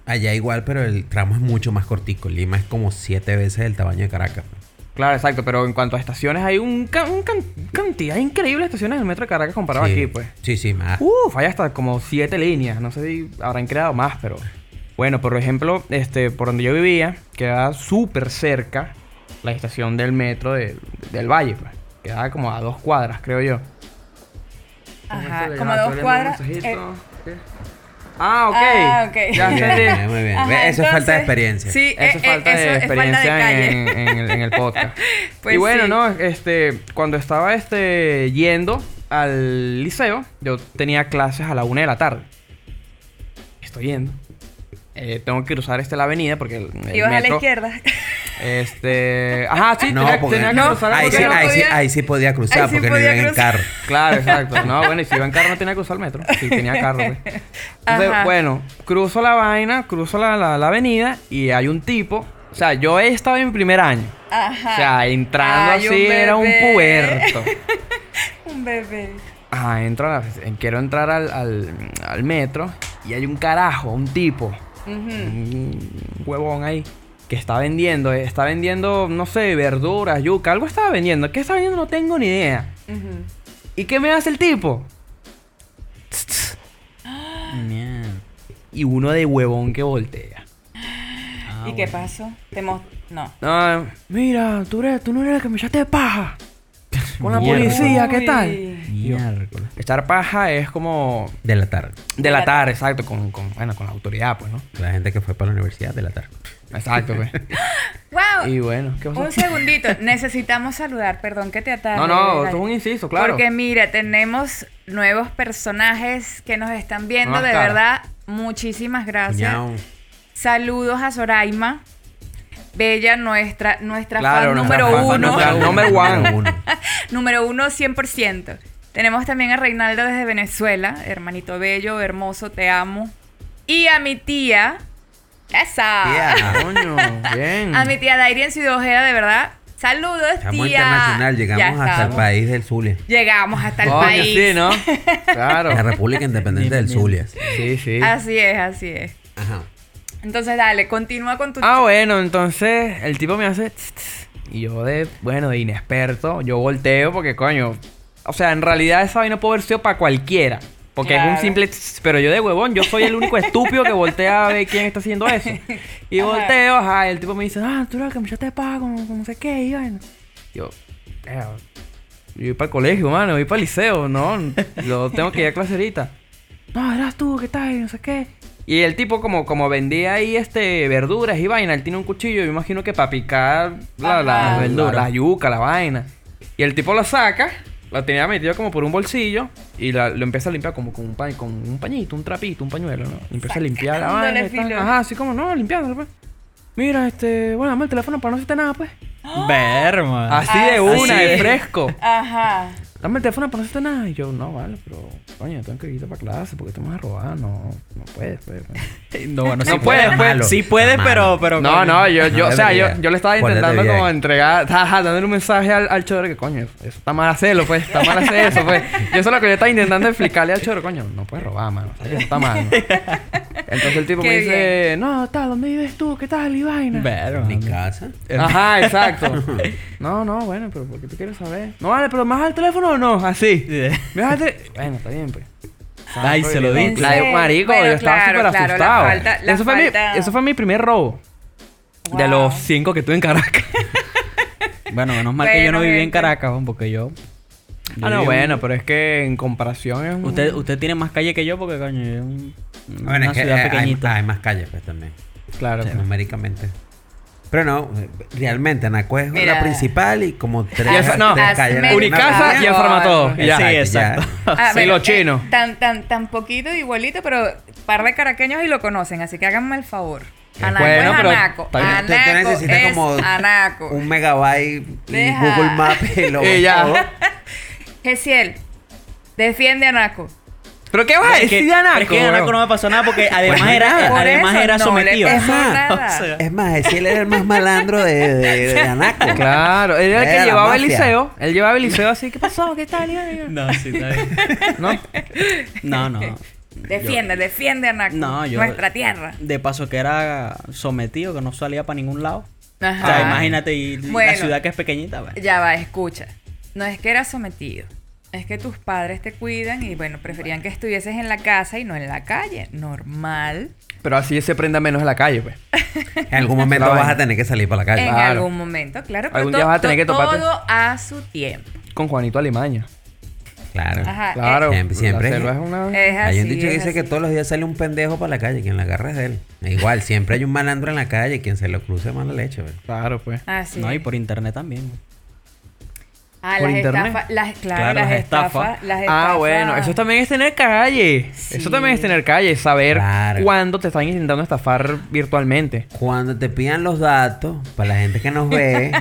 Speaker 2: Allá igual, pero el tramo es mucho más cortico. Lima es como siete veces el tamaño de Caracas.
Speaker 4: Claro, exacto, pero en cuanto a estaciones, hay un, ca- un can- cantidad increíble de estaciones en el metro de Caracas comparado
Speaker 2: sí.
Speaker 4: aquí, pues.
Speaker 2: Sí, sí, más.
Speaker 4: Uf, hay hasta como siete líneas. No sé si habrán creado más, pero. Bueno, por ejemplo, este, por donde yo vivía, quedaba súper cerca la estación del metro de- del Valle, pues. Quedaba como a dos cuadras, creo yo.
Speaker 5: Ajá, como dos cuadras. eh,
Speaker 4: Ah, ok.
Speaker 5: Ah, ok.
Speaker 4: Ya
Speaker 5: [laughs]
Speaker 2: Muy bien,
Speaker 4: entendí.
Speaker 2: muy bien.
Speaker 5: Ajá,
Speaker 2: Ve, eso es falta de
Speaker 5: entonces,
Speaker 2: experiencia.
Speaker 5: Sí, eh, eh,
Speaker 4: Eso es falta de experiencia en, en el, en el podcast.
Speaker 5: [laughs] Pues
Speaker 4: y bueno,
Speaker 5: sí.
Speaker 4: no, este, cuando estaba este, yendo al liceo, yo tenía clases a la una de la tarde. Estoy yendo. Eh, tengo que cruzar este, la avenida porque el, el
Speaker 5: Ibas a la
Speaker 4: metro,
Speaker 5: izquierda. [laughs]
Speaker 4: Este. Ajá, sí,
Speaker 2: No,
Speaker 4: tenía,
Speaker 2: porque
Speaker 4: tenía que
Speaker 5: no,
Speaker 4: cruzar la
Speaker 2: ahí,
Speaker 5: porque
Speaker 2: sí,
Speaker 4: avenida.
Speaker 2: ahí, sí,
Speaker 5: podía-
Speaker 2: ahí sí podía
Speaker 5: ahí
Speaker 2: cruzar
Speaker 5: sí
Speaker 2: porque no
Speaker 5: podía
Speaker 2: iba en el
Speaker 5: cruzar.
Speaker 2: carro.
Speaker 4: [laughs] Claro, exacto. No, bueno, y si iba en carro no tenía que usar el metro. Si tenía carro. pues. Entonces,
Speaker 5: Ajá.
Speaker 4: bueno, cruzo la vaina, cruzo la, la- la avenida y hay un tipo. O sea, yo estaba en primer año.
Speaker 5: Ajá.
Speaker 4: O sea, entrando
Speaker 5: Ay,
Speaker 4: así era un
Speaker 5: bebé.
Speaker 4: puerto.
Speaker 5: [laughs] Un bebé.
Speaker 4: Ah, entro a la- eh, quiero entrar al, al- al metro y hay un carajo, un tipo,
Speaker 5: Ujú.
Speaker 4: un huevón ahí, que está vendiendo, eh, está vendiendo, no sé, verduras, yuca, algo estaba vendiendo. ¿Qué está vendiendo? No tengo ni idea.
Speaker 5: Ujú.
Speaker 4: ¿Y qué me hace el tipo?
Speaker 3: Mierda.
Speaker 4: Y uno de huevón que voltea.
Speaker 3: Ah,
Speaker 5: ¿Y qué
Speaker 3: bueno.
Speaker 5: pasó? Te mo- No.
Speaker 4: No, mira, tú, eres, tú no eres el que me echaste de paja. Con la
Speaker 3: Mierda.
Speaker 4: policía, ¿qué tal?
Speaker 5: Uy.
Speaker 3: Miércoles.
Speaker 4: Echar paja es como
Speaker 2: De la tarde.
Speaker 4: delatar, exacto, con, con, bueno, con la autoridad, pues, ¿no?
Speaker 2: La gente que fue para la universidad, de la tarde.
Speaker 4: Exacto,
Speaker 5: [laughs]
Speaker 4: pues.
Speaker 5: ¡Wow!
Speaker 4: Y bueno, ¿qué pasó?
Speaker 5: Un segundito,
Speaker 4: [laughs]
Speaker 5: necesitamos saludar, perdón que te atarde.
Speaker 4: No, no,
Speaker 5: Dale.
Speaker 4: esto es un inciso, claro.
Speaker 5: Porque mira, tenemos nuevos personajes que nos están viendo,
Speaker 4: Nuevas
Speaker 5: de
Speaker 4: caras.
Speaker 5: verdad, muchísimas gracias.
Speaker 2: Cuñao.
Speaker 5: Saludos a Zoraima, Bella, nuestra, nuestra fan
Speaker 4: nuestra
Speaker 5: número
Speaker 4: fan,
Speaker 5: uno. [laughs]
Speaker 4: nuestra Number
Speaker 2: Número
Speaker 4: one.
Speaker 2: uno.
Speaker 5: Número uno, 100%. Tenemos también a Reinaldo desde Venezuela, hermanito bello, hermoso, te amo. Y a mi tía, esa.
Speaker 2: Yeah.
Speaker 4: Coño, bien.
Speaker 2: ah,
Speaker 5: Ah, A mi tía Dairi en Ciudad Ojeda, de verdad, Saludos,
Speaker 2: Estamos
Speaker 5: tía.
Speaker 2: internacional,
Speaker 5: Ya
Speaker 2: llegamos hasta el
Speaker 5: estábamos.
Speaker 2: país del Zulia.
Speaker 5: Llegamos hasta el
Speaker 4: Coño,
Speaker 5: país.
Speaker 4: sí, ¿no?
Speaker 2: La
Speaker 4: Claro.
Speaker 2: República Independiente del
Speaker 3: Bien,
Speaker 2: Zulia.
Speaker 3: bien.
Speaker 4: Sí, sí.
Speaker 5: Así es, así es.
Speaker 2: Ajá.
Speaker 5: Entonces, dale, continúa con tu.
Speaker 4: Ah, bueno, entonces el tipo me hace. tss, tss, Y yo, de, bueno, de inexperto, yo volteo porque, coño. O sea, en realidad esa vaina puede haber sido para cualquiera. Porque es
Speaker 5: Claro.
Speaker 4: un simple. tss, Pero yo de huevón, yo soy el único estúpido que voltea a ver quién está haciendo eso. Y
Speaker 5: Ajá.
Speaker 4: volteo, ajá, y el tipo me dice, ah, tú la camiseta de paja, como, como no sé qué, y vaina. Yo, "Damn, yo voy para el colegio, mano, voy para el liceo, no,
Speaker 5: [laughs]
Speaker 4: yo tengo que ir a clase ahorita. No, eras tú, ¿qué tal? Y No sé qué. Y el tipo como, como vendía ahí este verduras y vaina, él tiene un cuchillo, yo imagino que para picar la, la,
Speaker 5: Ajá.
Speaker 4: la,
Speaker 3: Verdura.
Speaker 4: la yuca, la vaina. Y el tipo la saca, la tenía metido como por un bolsillo y la, lo empieza a limpiar como con un, pa- con un pañito, un trapito, un pañuelo, ¿no? Y empieza a limpiar la
Speaker 5: Sacándole
Speaker 4: vaina. y tal.
Speaker 5: filo.
Speaker 4: Ajá, así como, no, limpiándolo, pues. Mira, este, bueno, dame el teléfono para no hacerte nada, pues.
Speaker 3: [gasps] Verma.
Speaker 4: Así
Speaker 5: Ah,
Speaker 4: de una,
Speaker 5: sí.
Speaker 4: de fresco.
Speaker 5: Ajá.
Speaker 4: Dame el teléfono para no hacerte nada. Y yo, no, vale, pero, coño, tengo que irte para clase porque te vas a robar. No, no puedes, pues. pues.
Speaker 3: No, bueno, sí
Speaker 4: No puedes,
Speaker 3: puede,
Speaker 2: malo,
Speaker 3: Sí puede,
Speaker 2: malo.
Speaker 3: pero, pero.
Speaker 4: No, no, yo, yo,
Speaker 2: No
Speaker 4: o sea, yo,
Speaker 2: debería.
Speaker 4: yo le estaba
Speaker 2: Ponerte
Speaker 4: intentando
Speaker 2: bien.
Speaker 4: como entregar, [laughs] ajá, dándole un mensaje al, al choro que, coño, eso está mal hacerlo, pues, está mal hacer eso, pues. Yo eso es lo que yo estaba intentando explicarle al choro, coño, no puedes robar, mano, o sea, que eso está mal. ¿no? Entonces el tipo
Speaker 5: Qué
Speaker 4: me dice, no, tal, ¿dónde vives tú? ¿Qué tal, y vaina?
Speaker 3: Verma.
Speaker 2: Mi casa.
Speaker 4: Ajá, exacto. No, no, bueno, pero ¿por qué tú quieres saber? No, vale, pero ¿más al teléfono o no? Así. ¿Me vas al te- Bueno, está bien, pues.
Speaker 3: Ay, se lo
Speaker 5: ¿En
Speaker 3: dije.
Speaker 4: La
Speaker 5: serio?
Speaker 4: marico,
Speaker 5: Bueno,
Speaker 4: yo estaba
Speaker 5: claro,
Speaker 4: súper
Speaker 5: claro, la
Speaker 4: asustado.
Speaker 5: falta- la
Speaker 4: eso, fue mi,
Speaker 5: falta-
Speaker 4: eso fue mi primer robo. De
Speaker 5: Wow.
Speaker 4: los cinco que tuve en Caracas.
Speaker 3: [laughs] Bueno, menos mal que yo no
Speaker 5: Bueno,
Speaker 3: viví en
Speaker 5: gente.
Speaker 3: Caracas, weón, porque yo. yo
Speaker 4: Ah, no,
Speaker 3: viví-
Speaker 4: bueno, pero es que en comparación es un-
Speaker 3: Usted, usted tiene más calle que yo porque, coño, es un-
Speaker 2: Bueno,
Speaker 3: una
Speaker 2: es que eh,
Speaker 3: ciudad
Speaker 2: hay-
Speaker 3: pequeñita.
Speaker 2: hay, más calles, pues también.
Speaker 4: Claro. [laughs] pues.
Speaker 2: Numéricamente. Pero no, eh, realmente, Anaco es
Speaker 5: Mira.
Speaker 2: la principal y como tres,
Speaker 4: esa- no,
Speaker 2: tres
Speaker 5: hazme
Speaker 2: calles.
Speaker 5: el
Speaker 4: Unicasa
Speaker 5: favor.
Speaker 4: y Enfarmatodo.
Speaker 3: Eh,
Speaker 4: Ya.
Speaker 3: sí,
Speaker 2: ya.
Speaker 3: exacto.
Speaker 5: Ah,
Speaker 4: Sí,
Speaker 5: bueno,
Speaker 4: lo chino.
Speaker 5: eh, tan, tan, tan poquito igualito, pero par de caraqueños y lo conocen, así que háganme el favor. Anaco
Speaker 4: Bueno,
Speaker 5: es
Speaker 4: pero
Speaker 5: anaco.
Speaker 4: también
Speaker 5: Anaco
Speaker 2: Tú- tú necesitas
Speaker 5: es
Speaker 2: como
Speaker 5: anaco.
Speaker 2: un megabyte y
Speaker 5: Deja.
Speaker 2: Google Maps y lo
Speaker 4: [laughs] Y ya.
Speaker 2: todo.
Speaker 5: Gesiel, defiende a anaco.
Speaker 4: ¿Pero qué vas a
Speaker 3: Es que-
Speaker 4: decir de
Speaker 3: pero
Speaker 4: Anaco?
Speaker 3: Es que de Anaco no me pasó nada porque además
Speaker 5: Por
Speaker 3: era, además
Speaker 5: eso
Speaker 3: era
Speaker 5: no
Speaker 3: sometido.
Speaker 5: le pasó
Speaker 2: Ajá.
Speaker 5: nada.
Speaker 3: O sea,
Speaker 2: Es más, es él era el más malandro de, de,
Speaker 5: [laughs]
Speaker 2: de
Speaker 4: [laughs]
Speaker 2: Anaco.
Speaker 4: Claro, él era el
Speaker 2: Era
Speaker 4: que
Speaker 2: la
Speaker 4: llevaba el
Speaker 2: mafia.
Speaker 4: liceo. Él llevaba el liceo así. ¿Qué pasó? ¿Qué tal?
Speaker 3: [laughs] No, sí, está bien.
Speaker 4: [laughs] ¿No?
Speaker 3: No, no.
Speaker 5: Defiende, defiende a Anaco.
Speaker 3: No, yo-
Speaker 5: Nuestra tierra.
Speaker 3: De paso que era sometido, que no salía para ningún lado. O
Speaker 5: Ajá.
Speaker 3: sea, imagínate, y
Speaker 5: Bueno.
Speaker 3: la ciudad que es pequeñita, pues. bueno.
Speaker 5: Ya va, escucha. No es que eras sometido. Es que tus padres te cuidan y bueno, preferían que estuvieses en la casa y no en la calle. Normal.
Speaker 4: Pero así se prenda menos en la calle, pues.
Speaker 2: En algún momento
Speaker 4: La
Speaker 2: vas a
Speaker 4: vaina.
Speaker 2: tener que salir para la calle.
Speaker 5: En
Speaker 4: Claro.
Speaker 5: algún momento, claro.
Speaker 4: Algún
Speaker 5: to-
Speaker 4: día vas a tener que
Speaker 5: to-
Speaker 4: toparte.
Speaker 5: Todo a su tiempo.
Speaker 4: Con Juanito Alimaña.
Speaker 2: Claro.
Speaker 5: Ajá.
Speaker 4: Claro.
Speaker 2: Siempre, siempre.
Speaker 4: La selva es una...
Speaker 5: Es así.
Speaker 2: hay un dicho que
Speaker 5: es
Speaker 2: dice que
Speaker 5: así.
Speaker 2: todos los días sale un pendejo para la calle, quien la agarra es de él. Igual, siempre hay un malandro en la calle, quien se lo cruce mala leche. bro.
Speaker 4: Claro, pues.
Speaker 5: Así.
Speaker 3: No, y
Speaker 5: es.
Speaker 3: por internet también.
Speaker 5: Ah,
Speaker 4: por
Speaker 5: las
Speaker 4: internet.
Speaker 5: estafas. Las, claro,
Speaker 3: Claro,
Speaker 5: las
Speaker 3: las
Speaker 5: estafas.
Speaker 3: estafas.
Speaker 5: las
Speaker 4: Ah,
Speaker 5: estafas-
Speaker 4: bueno, eso también es tener calle. Eso también es tener calle, saber
Speaker 2: Claro.
Speaker 4: cuándo te están intentando estafar virtualmente.
Speaker 2: Cuando te pidan los datos, para la gente que nos ve,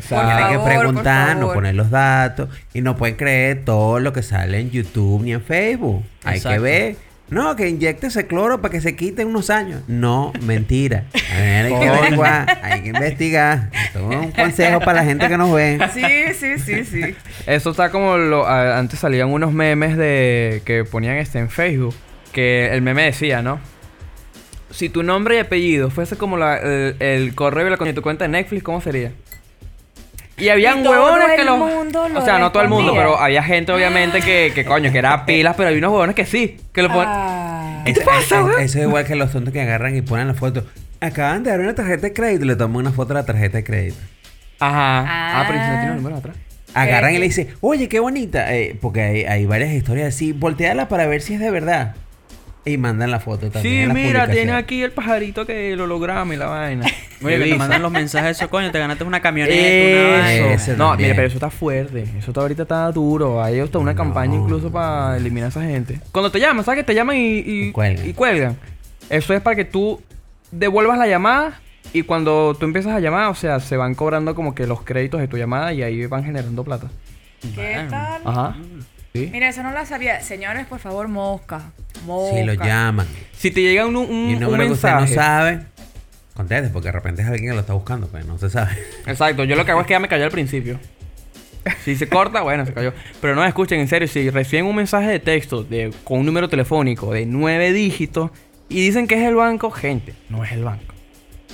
Speaker 2: tienen que
Speaker 5: favor,
Speaker 2: preguntar,
Speaker 5: por
Speaker 2: no
Speaker 5: favor.
Speaker 2: poner los datos y no pueden creer todo lo que sale en YouTube ni en Facebook. Hay que
Speaker 3: Exacto.
Speaker 2: ver. No, que inyecte ese cloro para que se quite en unos años. No, mentira. A ver, hay que
Speaker 4: Coño.
Speaker 2: averiguar, hay que investigar. Esto es un consejo para la gente que nos ve.
Speaker 5: Sí, sí, sí, sí.
Speaker 4: Eso está como lo, a- antes salían unos memes de que ponían este en Facebook, que el meme decía, ¿no? Si tu nombre y apellido fuese como la- el, el correo y la, de tu cuenta de Netflix, ¿cómo sería? Y habían
Speaker 5: todo
Speaker 4: huevones
Speaker 5: el
Speaker 4: que los...
Speaker 5: mundo lo
Speaker 4: o sea, no todo el mundo,
Speaker 5: respondía.
Speaker 4: pero había gente obviamente que, que coño,
Speaker 2: [laughs]
Speaker 4: que era pilas, pero había unos huevones que sí, que lo ponen...
Speaker 5: Ah.
Speaker 2: ¿Qué te pasa, Eso es igual que los tontos que agarran y ponen la foto. Acaban de dar una tarjeta de crédito y le toman una foto de la tarjeta de crédito.
Speaker 4: Ajá. Ah, pero si no
Speaker 5: Ah.
Speaker 4: tiene el número atrás.
Speaker 2: Agarran y
Speaker 4: Eh,
Speaker 2: le dicen, oye, qué bonita. eh, porque hay, hay varias historias así. Volteala para ver si es de verdad. Y mandan la foto también.
Speaker 4: Sí,
Speaker 2: en la
Speaker 4: mira, tiene
Speaker 2: publicación.
Speaker 4: aquí el pajarito que el holograma y la
Speaker 5: [laughs]
Speaker 4: vaina.
Speaker 3: Oye, que te
Speaker 4: Revisa.
Speaker 3: mandan los mensajes eso, coño, te ganaste una camioneta, una vaina.
Speaker 2: Eso.
Speaker 4: Eso.
Speaker 2: Ese
Speaker 4: No,
Speaker 2: también.
Speaker 4: mire, pero eso está fuerte. Eso está ahorita está duro. Hay hasta una
Speaker 2: No.
Speaker 4: campaña incluso para eliminar a esa gente. Cuando te llaman, ¿sabes que te llaman y, y-
Speaker 2: Y cuelgan.
Speaker 4: y cuelgan? Eso es para que tú devuelvas la llamada y cuando tú empiezas a llamar, o sea, se van cobrando como que los créditos de tu llamada y ahí van generando plata.
Speaker 5: ¿Qué
Speaker 3: Bueno.
Speaker 5: tal?
Speaker 4: Ajá.
Speaker 2: Mm.
Speaker 4: Sí.
Speaker 5: Mira, eso no lo sabía. Señores, por favor, mosca. Mosca.
Speaker 2: Sí, lo llaman.
Speaker 4: Si te llega un, un-
Speaker 2: Y un
Speaker 4: Mm, un
Speaker 2: número que usted no
Speaker 4: mensaje.
Speaker 2: sabe. Conteste, porque de repente es alguien que lo está buscando, pues no se sabe.
Speaker 4: Exacto, yo lo que hago es que ya me cayó al principio. Si se corta, bueno, se cayó. Pero no escuchen, en serio, si reciben un mensaje de texto de, con un número telefónico de nueve dígitos y dicen que es el banco, gente, no es el banco.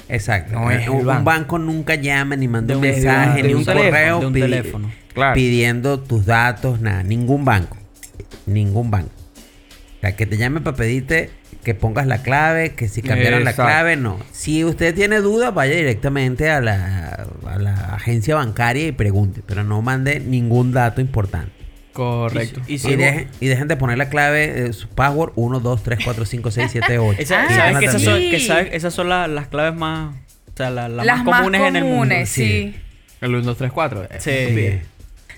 Speaker 2: Exacto.
Speaker 4: No es el
Speaker 2: un, un
Speaker 4: banco.
Speaker 2: banco nunca llama, ni manda
Speaker 3: De
Speaker 2: un
Speaker 3: un-
Speaker 2: mensaje,
Speaker 3: de
Speaker 2: ni
Speaker 3: un
Speaker 2: un
Speaker 3: teléfono,
Speaker 2: correo
Speaker 3: de un
Speaker 2: pi-
Speaker 3: teléfono.
Speaker 4: Claro.
Speaker 2: pidiendo tus datos, nada. Ningún banco. Ningún banco. O sea, que te llame para pedirte que pongas la clave, que si cambiaron
Speaker 4: Exacto.
Speaker 2: la clave, no. Si usted tiene dudas, vaya directamente a la, a la agencia bancaria y pregunte, pero no mande ningún dato importante.
Speaker 4: Correcto.
Speaker 3: Y,
Speaker 2: Y,
Speaker 3: si
Speaker 2: dejen, y dejen de poner la clave, eh, su password 1, 2, 3, 4, 5, 6, 7, 8.
Speaker 3: [laughs] Esa-
Speaker 5: Ah,
Speaker 3: ¿Sabes que esas son,
Speaker 5: sí.
Speaker 3: que sabes- esas son la- las claves más, o sea, la- las
Speaker 5: Las
Speaker 3: más comunes en el mundo?
Speaker 5: comunes, sí.
Speaker 4: El 1, 2, 3, 4.
Speaker 3: Sí.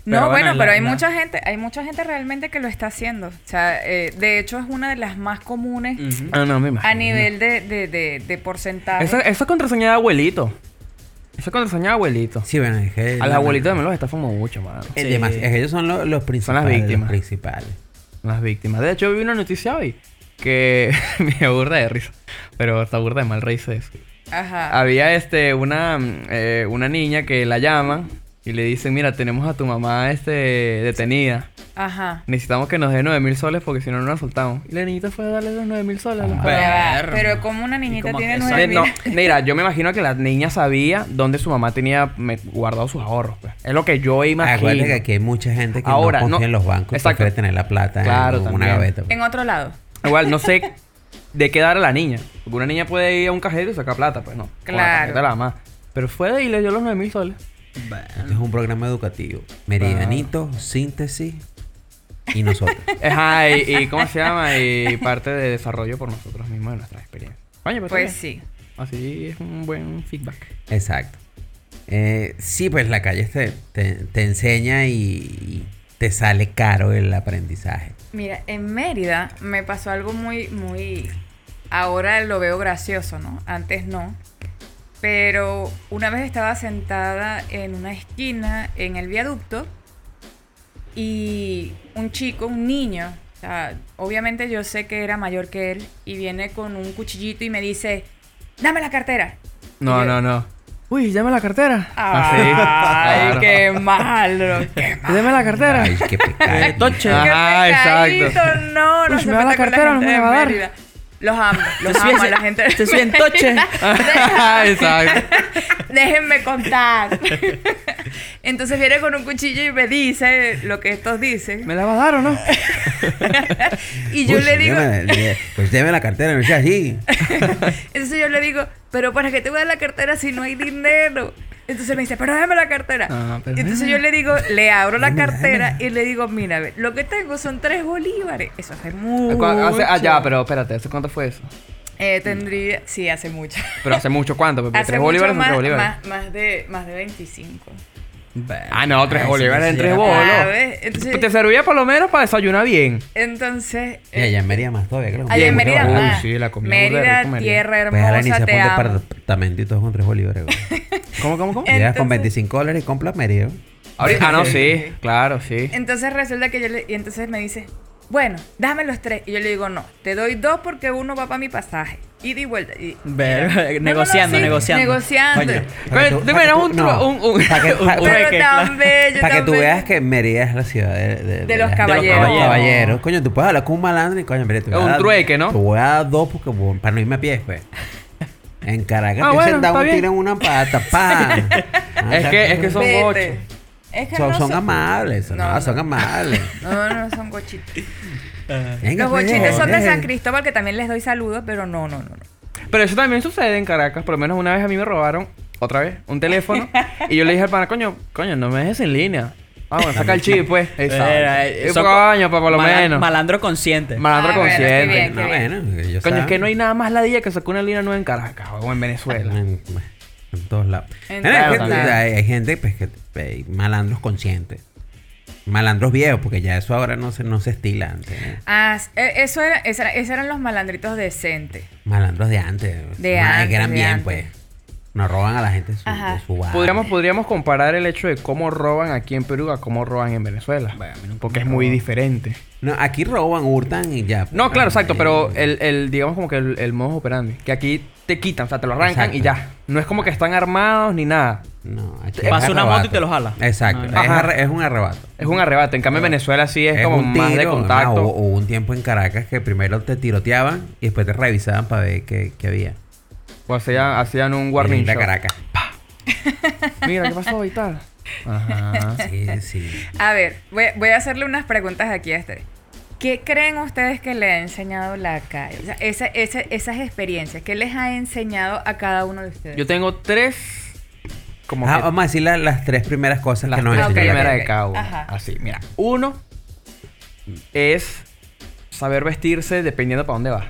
Speaker 5: No,
Speaker 4: Pero
Speaker 5: bueno,
Speaker 4: bueno, la-
Speaker 5: pero hay
Speaker 4: la-
Speaker 5: mucha gente, hay mucha gente realmente que lo está haciendo. O sea, eh, de hecho es una de las más comunes
Speaker 3: Ujú.
Speaker 4: Ah, no, me imagino.
Speaker 5: a nivel de, de, de, de porcentaje.
Speaker 4: Esa, esa es contraseña de abuelito. Esa es contraseña de abuelito.
Speaker 2: Sí, bueno, es que...
Speaker 4: A los abuelitos también los estafan mucho, mano.
Speaker 2: Es
Speaker 3: Sí.
Speaker 2: demás, es que ellos son lo- los principales.
Speaker 4: víctimas.
Speaker 2: Los principales.
Speaker 4: Las víctimas. De hecho, vi una noticia hoy que [laughs] me aburra de risa. Pero hasta burda de mal reírse de eso.
Speaker 5: Ajá.
Speaker 4: Había este, una, mm, eh, una niña que la llaman y le dicen, mira, tenemos a tu mamá este, detenida.
Speaker 5: Ajá.
Speaker 4: Necesitamos que nos dé 9 mil soles porque si no, no la soltamos. Y la niñita fue a darle los 9 mil soles. a los
Speaker 2: Ah.
Speaker 4: padres.
Speaker 5: Ya va,
Speaker 3: Perro.
Speaker 5: Pero como una niñita
Speaker 3: cómo
Speaker 5: tiene
Speaker 3: es eso?
Speaker 5: nueve
Speaker 4: Eh, no,
Speaker 5: mil-
Speaker 4: [laughs] mira, yo me imagino que la niña sabía dónde su mamá tenía me- guardado sus ahorros. pues. Es lo que yo
Speaker 2: Acuérdate que
Speaker 4: imagino.
Speaker 2: aquí hay mucha gente que
Speaker 4: Ahora,
Speaker 2: no confía
Speaker 4: no-
Speaker 2: en los bancos y
Speaker 4: exacto.
Speaker 2: prefiere tener la plata
Speaker 4: Claro,
Speaker 2: en una
Speaker 4: también.
Speaker 2: gaveta.
Speaker 5: En otro lado.
Speaker 4: Igual, no sé de qué dar a la niña. Porque una niña puede ir a un cajero y sacar plata, pues no. Con la
Speaker 5: Claro.
Speaker 4: tarjeta de la mamá. Pero fue de y le dio los 9 mil soles.
Speaker 2: Esto es un programa educativo. Meridianito, síntesis y
Speaker 5: [laughs]
Speaker 2: nosotros.
Speaker 4: Ajá, y, y ¿cómo se llama? Y parte de desarrollo por nosotros mismos de nuestra experiencia. Oye, pero
Speaker 5: Pues
Speaker 4: está bien.
Speaker 5: sí.
Speaker 4: Así es un buen feedback.
Speaker 2: Exacto. Eh, sí, pues la calle te, te, te enseña y, y te sale caro el aprendizaje.
Speaker 5: Mira, en Mérida me pasó algo muy, muy. Ahora lo veo gracioso, ¿no? Antes no. Pero una vez estaba sentada en una esquina, en el viaducto, y un chico, un niño, o sea, obviamente yo sé que era mayor que él, y viene con un cuchillito y me dice: Dame la cartera.
Speaker 4: No,
Speaker 5: Yo-
Speaker 4: no, no. Uy, llame la cartera.
Speaker 5: Ah, ¡Ay,
Speaker 4: Así, Ah, claro.
Speaker 5: qué malo! ¡Qué
Speaker 4: Deme la
Speaker 5: [laughs]
Speaker 4: cartera.
Speaker 2: Ay, qué
Speaker 3: Eh,
Speaker 2: pecado.
Speaker 3: toche.
Speaker 4: Ah, Ajá,
Speaker 5: pecadito,
Speaker 4: exacto.
Speaker 5: No, no
Speaker 4: Uy,
Speaker 5: se
Speaker 4: me da la
Speaker 5: meta con
Speaker 4: cartera, no
Speaker 5: gente
Speaker 4: me
Speaker 5: de
Speaker 4: la va a dar.
Speaker 5: Mérida. Los amo, los
Speaker 3: Te
Speaker 5: amo a
Speaker 3: subes-
Speaker 5: la gente. de
Speaker 3: te subes en toche.
Speaker 5: Mérida.
Speaker 4: [laughs] Exacto.
Speaker 5: [laughs] Déjenme contar.
Speaker 4: [laughs]
Speaker 5: Entonces viene con un cuchillo y me dice lo que estos
Speaker 4: [laughs]
Speaker 5: dicen.
Speaker 4: ¿Me la va a dar o no?
Speaker 5: Y yo
Speaker 2: Uy,
Speaker 5: le digo,
Speaker 2: deme- le- pues deme la cartera, no sea así.
Speaker 5: [laughs] entonces yo le digo, pero ¿para qué te voy a dar la cartera si no hay dinero? Entonces me dice, pero déjame la cartera.
Speaker 4: Ah, pero
Speaker 5: Y entonces yo
Speaker 4: déjame.
Speaker 5: le digo, le abro la
Speaker 2: Déjamela,
Speaker 5: cartera
Speaker 2: déjamela.
Speaker 5: y le digo, mira, ve, lo que tengo son tres bolívares. Eso hace mucho.
Speaker 4: Ah, ya, pero espérate, ¿hace cuánto fue eso?
Speaker 5: Eh, tendría, sí, hace mucho.
Speaker 4: Pero hace mucho cuánto, porque
Speaker 5: Hace
Speaker 4: tres
Speaker 5: mucho
Speaker 4: bolívares son
Speaker 5: más,
Speaker 4: tres bolívares.
Speaker 5: Más, más de, más de 25.
Speaker 4: Ah, no, tres
Speaker 3: Ay, sí,
Speaker 4: bolívares en
Speaker 3: sí,
Speaker 4: tres
Speaker 3: era-
Speaker 4: bolos.
Speaker 5: Ah, ¿ves? Entonces-
Speaker 4: Te servía por lo menos para desayunar bien.
Speaker 5: Entonces, eh,
Speaker 2: Y allá en Mérida más todavía. que los
Speaker 5: allá en
Speaker 4: Bien,
Speaker 2: bolívares.
Speaker 5: Mérida
Speaker 4: uy,
Speaker 5: más.
Speaker 4: sí, la comida burda de
Speaker 5: Mérida,
Speaker 4: rico, Mérida.
Speaker 5: tierra
Speaker 2: Pues ahora ni
Speaker 5: hermosa,
Speaker 2: se
Speaker 5: te
Speaker 2: pone
Speaker 5: amo.
Speaker 2: departamento y todo con tres bolívares.
Speaker 5: [laughs]
Speaker 2: güey.
Speaker 4: ¿Cómo, cómo, cómo?
Speaker 2: Llegas con
Speaker 5: Entonces-
Speaker 2: 25 dólares y compras Mérida.
Speaker 4: [laughs] Ahorita, ah, no, sí, claro, sí.
Speaker 5: Entonces resulta que yo le... Y entonces me dice, bueno, dame los tres. Y yo le digo, no, te doy dos porque uno va para mi pasaje. Ida Y vuelta. Y-
Speaker 3: Ver- [laughs]
Speaker 5: No, no, no,
Speaker 3: negociando,
Speaker 5: sí,
Speaker 3: negociando.
Speaker 5: Negociando.
Speaker 3: Coño.
Speaker 2: Para que
Speaker 4: Coño,
Speaker 2: tú-
Speaker 4: tú
Speaker 2: para que
Speaker 4: eras
Speaker 2: tú-
Speaker 4: un,
Speaker 2: no,
Speaker 4: tro- un, un-
Speaker 2: para que- para-
Speaker 3: un-
Speaker 5: Pero
Speaker 3: que-
Speaker 5: tan bello,
Speaker 2: Para que
Speaker 5: tan
Speaker 2: tú
Speaker 5: bello.
Speaker 2: veas que Mérida es la ciudad de,
Speaker 5: De los
Speaker 2: la-
Speaker 5: caballeros.
Speaker 2: de los
Speaker 3: caballeros.
Speaker 2: Coño, tú puedes hablar con un malandro y coño, mire, te voy
Speaker 4: Es
Speaker 2: a
Speaker 4: un
Speaker 2: dar-
Speaker 4: trueque, ¿no?
Speaker 2: Te voy a dar dos porque bueno, para no irme a pie, pues. En Caracas
Speaker 4: Ah,
Speaker 2: te
Speaker 4: bueno,
Speaker 2: dicen, da
Speaker 4: está
Speaker 2: un
Speaker 4: bien.
Speaker 2: tiro en una
Speaker 4: [laughs]
Speaker 2: pata, ¡pam! Ah,
Speaker 4: Es que, es que son
Speaker 5: Vete.
Speaker 4: ocho.
Speaker 5: Es que
Speaker 2: son,
Speaker 5: no
Speaker 2: son amables, son,
Speaker 5: No,
Speaker 2: no, son amables.
Speaker 5: No, no, son gochitos.
Speaker 2: Venga,
Speaker 5: Los
Speaker 2: pues,
Speaker 5: gochitos son de
Speaker 2: venga.
Speaker 5: San Cristóbal, que también les doy saludos, pero no, no, no. no.
Speaker 4: Pero eso también sucede en Caracas. Por lo menos una vez a mí me robaron, otra vez, un teléfono. y yo le dije al pana, coño, coño, no me dejes en línea. Ah, bueno, saca el chip, pues.
Speaker 3: Era, eh,
Speaker 4: Exacto.
Speaker 3: son
Speaker 4: Coño, pa, por lo
Speaker 3: malan-
Speaker 4: menos.
Speaker 3: Malandro consciente.
Speaker 4: Malandro
Speaker 5: Ah, bueno, estoy
Speaker 4: consciente.
Speaker 5: bien.
Speaker 2: No, bueno, ellos
Speaker 4: Coño, es que
Speaker 2: saben.
Speaker 4: no hay nada más ladilla que sacar una línea nueva en Caracas o en Venezuela.
Speaker 2: En, en todos lados.
Speaker 5: En
Speaker 2: Bueno, es que
Speaker 4: todos lados.
Speaker 2: Hay, hay gente pues, que hay malandros conscientes. Malandros viejos, porque ya eso ahora no se, no se estila antes. ¿eh?
Speaker 5: Ah, eh, eso era, esa- esos eran los malandritos decentes.
Speaker 2: Malandros de antes.
Speaker 5: De
Speaker 2: Ah,
Speaker 5: antes,
Speaker 2: Que eran
Speaker 5: de
Speaker 2: bien,
Speaker 5: antes.
Speaker 2: pues. No roban a la gente de su,
Speaker 5: Ajá.
Speaker 2: de su barrio.
Speaker 4: Podríamos, podríamos comparar el hecho de cómo roban aquí en Perú a cómo roban en Venezuela.
Speaker 3: Bueno, a mí nunca
Speaker 4: porque
Speaker 3: me
Speaker 4: es muy
Speaker 3: roban.
Speaker 4: diferente.
Speaker 2: No, aquí roban, hurtan y ya.
Speaker 4: No, claro, exacto,
Speaker 2: Eh,
Speaker 4: pero el, el digamos como que el, el modus operandi. Que aquí te quitan, o sea, te lo arrancan y
Speaker 2: Exacto.
Speaker 4: ya. No es como que están armados ni nada.
Speaker 2: No, aquí
Speaker 4: Te
Speaker 2: es
Speaker 3: pasa una moto y
Speaker 2: arrebato.
Speaker 3: te lo jala.
Speaker 2: Exacto.
Speaker 3: Ajá.
Speaker 2: Es, arre- es un arrebato.
Speaker 4: Es un arrebato. En cambio, en Venezuela sí es,
Speaker 2: Es
Speaker 4: como
Speaker 2: un
Speaker 4: más de
Speaker 2: tiro,
Speaker 4: contacto.
Speaker 2: no, hubo, hubo un tiempo en Caracas que primero te tiroteaban y después te revisaban para ver qué, qué había.
Speaker 4: O hacían, Pues hacían un warning
Speaker 2: de
Speaker 4: shot.
Speaker 2: Caracas.
Speaker 4: [laughs] Mira, ¿qué pasó y tal? Ajá.
Speaker 2: Sí, sí.
Speaker 5: A ver, voy, voy a hacerle unas preguntas aquí a este. ¿Qué creen ustedes que le ha enseñado la calle? O sea, esa- esa- esas experiencias, ¿qué les ha enseñado a cada uno de ustedes?
Speaker 4: Yo tengo tres. Como
Speaker 2: Ah,
Speaker 4: que
Speaker 2: vamos a decir la- las tres primeras cosas
Speaker 4: las
Speaker 2: que nos
Speaker 4: tres
Speaker 5: ok,
Speaker 2: enseñó la
Speaker 4: primeras
Speaker 5: ok,
Speaker 4: de
Speaker 5: ok.
Speaker 4: cada uno.
Speaker 5: Ajá.
Speaker 4: Así, mira. Uno es saber vestirse dependiendo para dónde vas.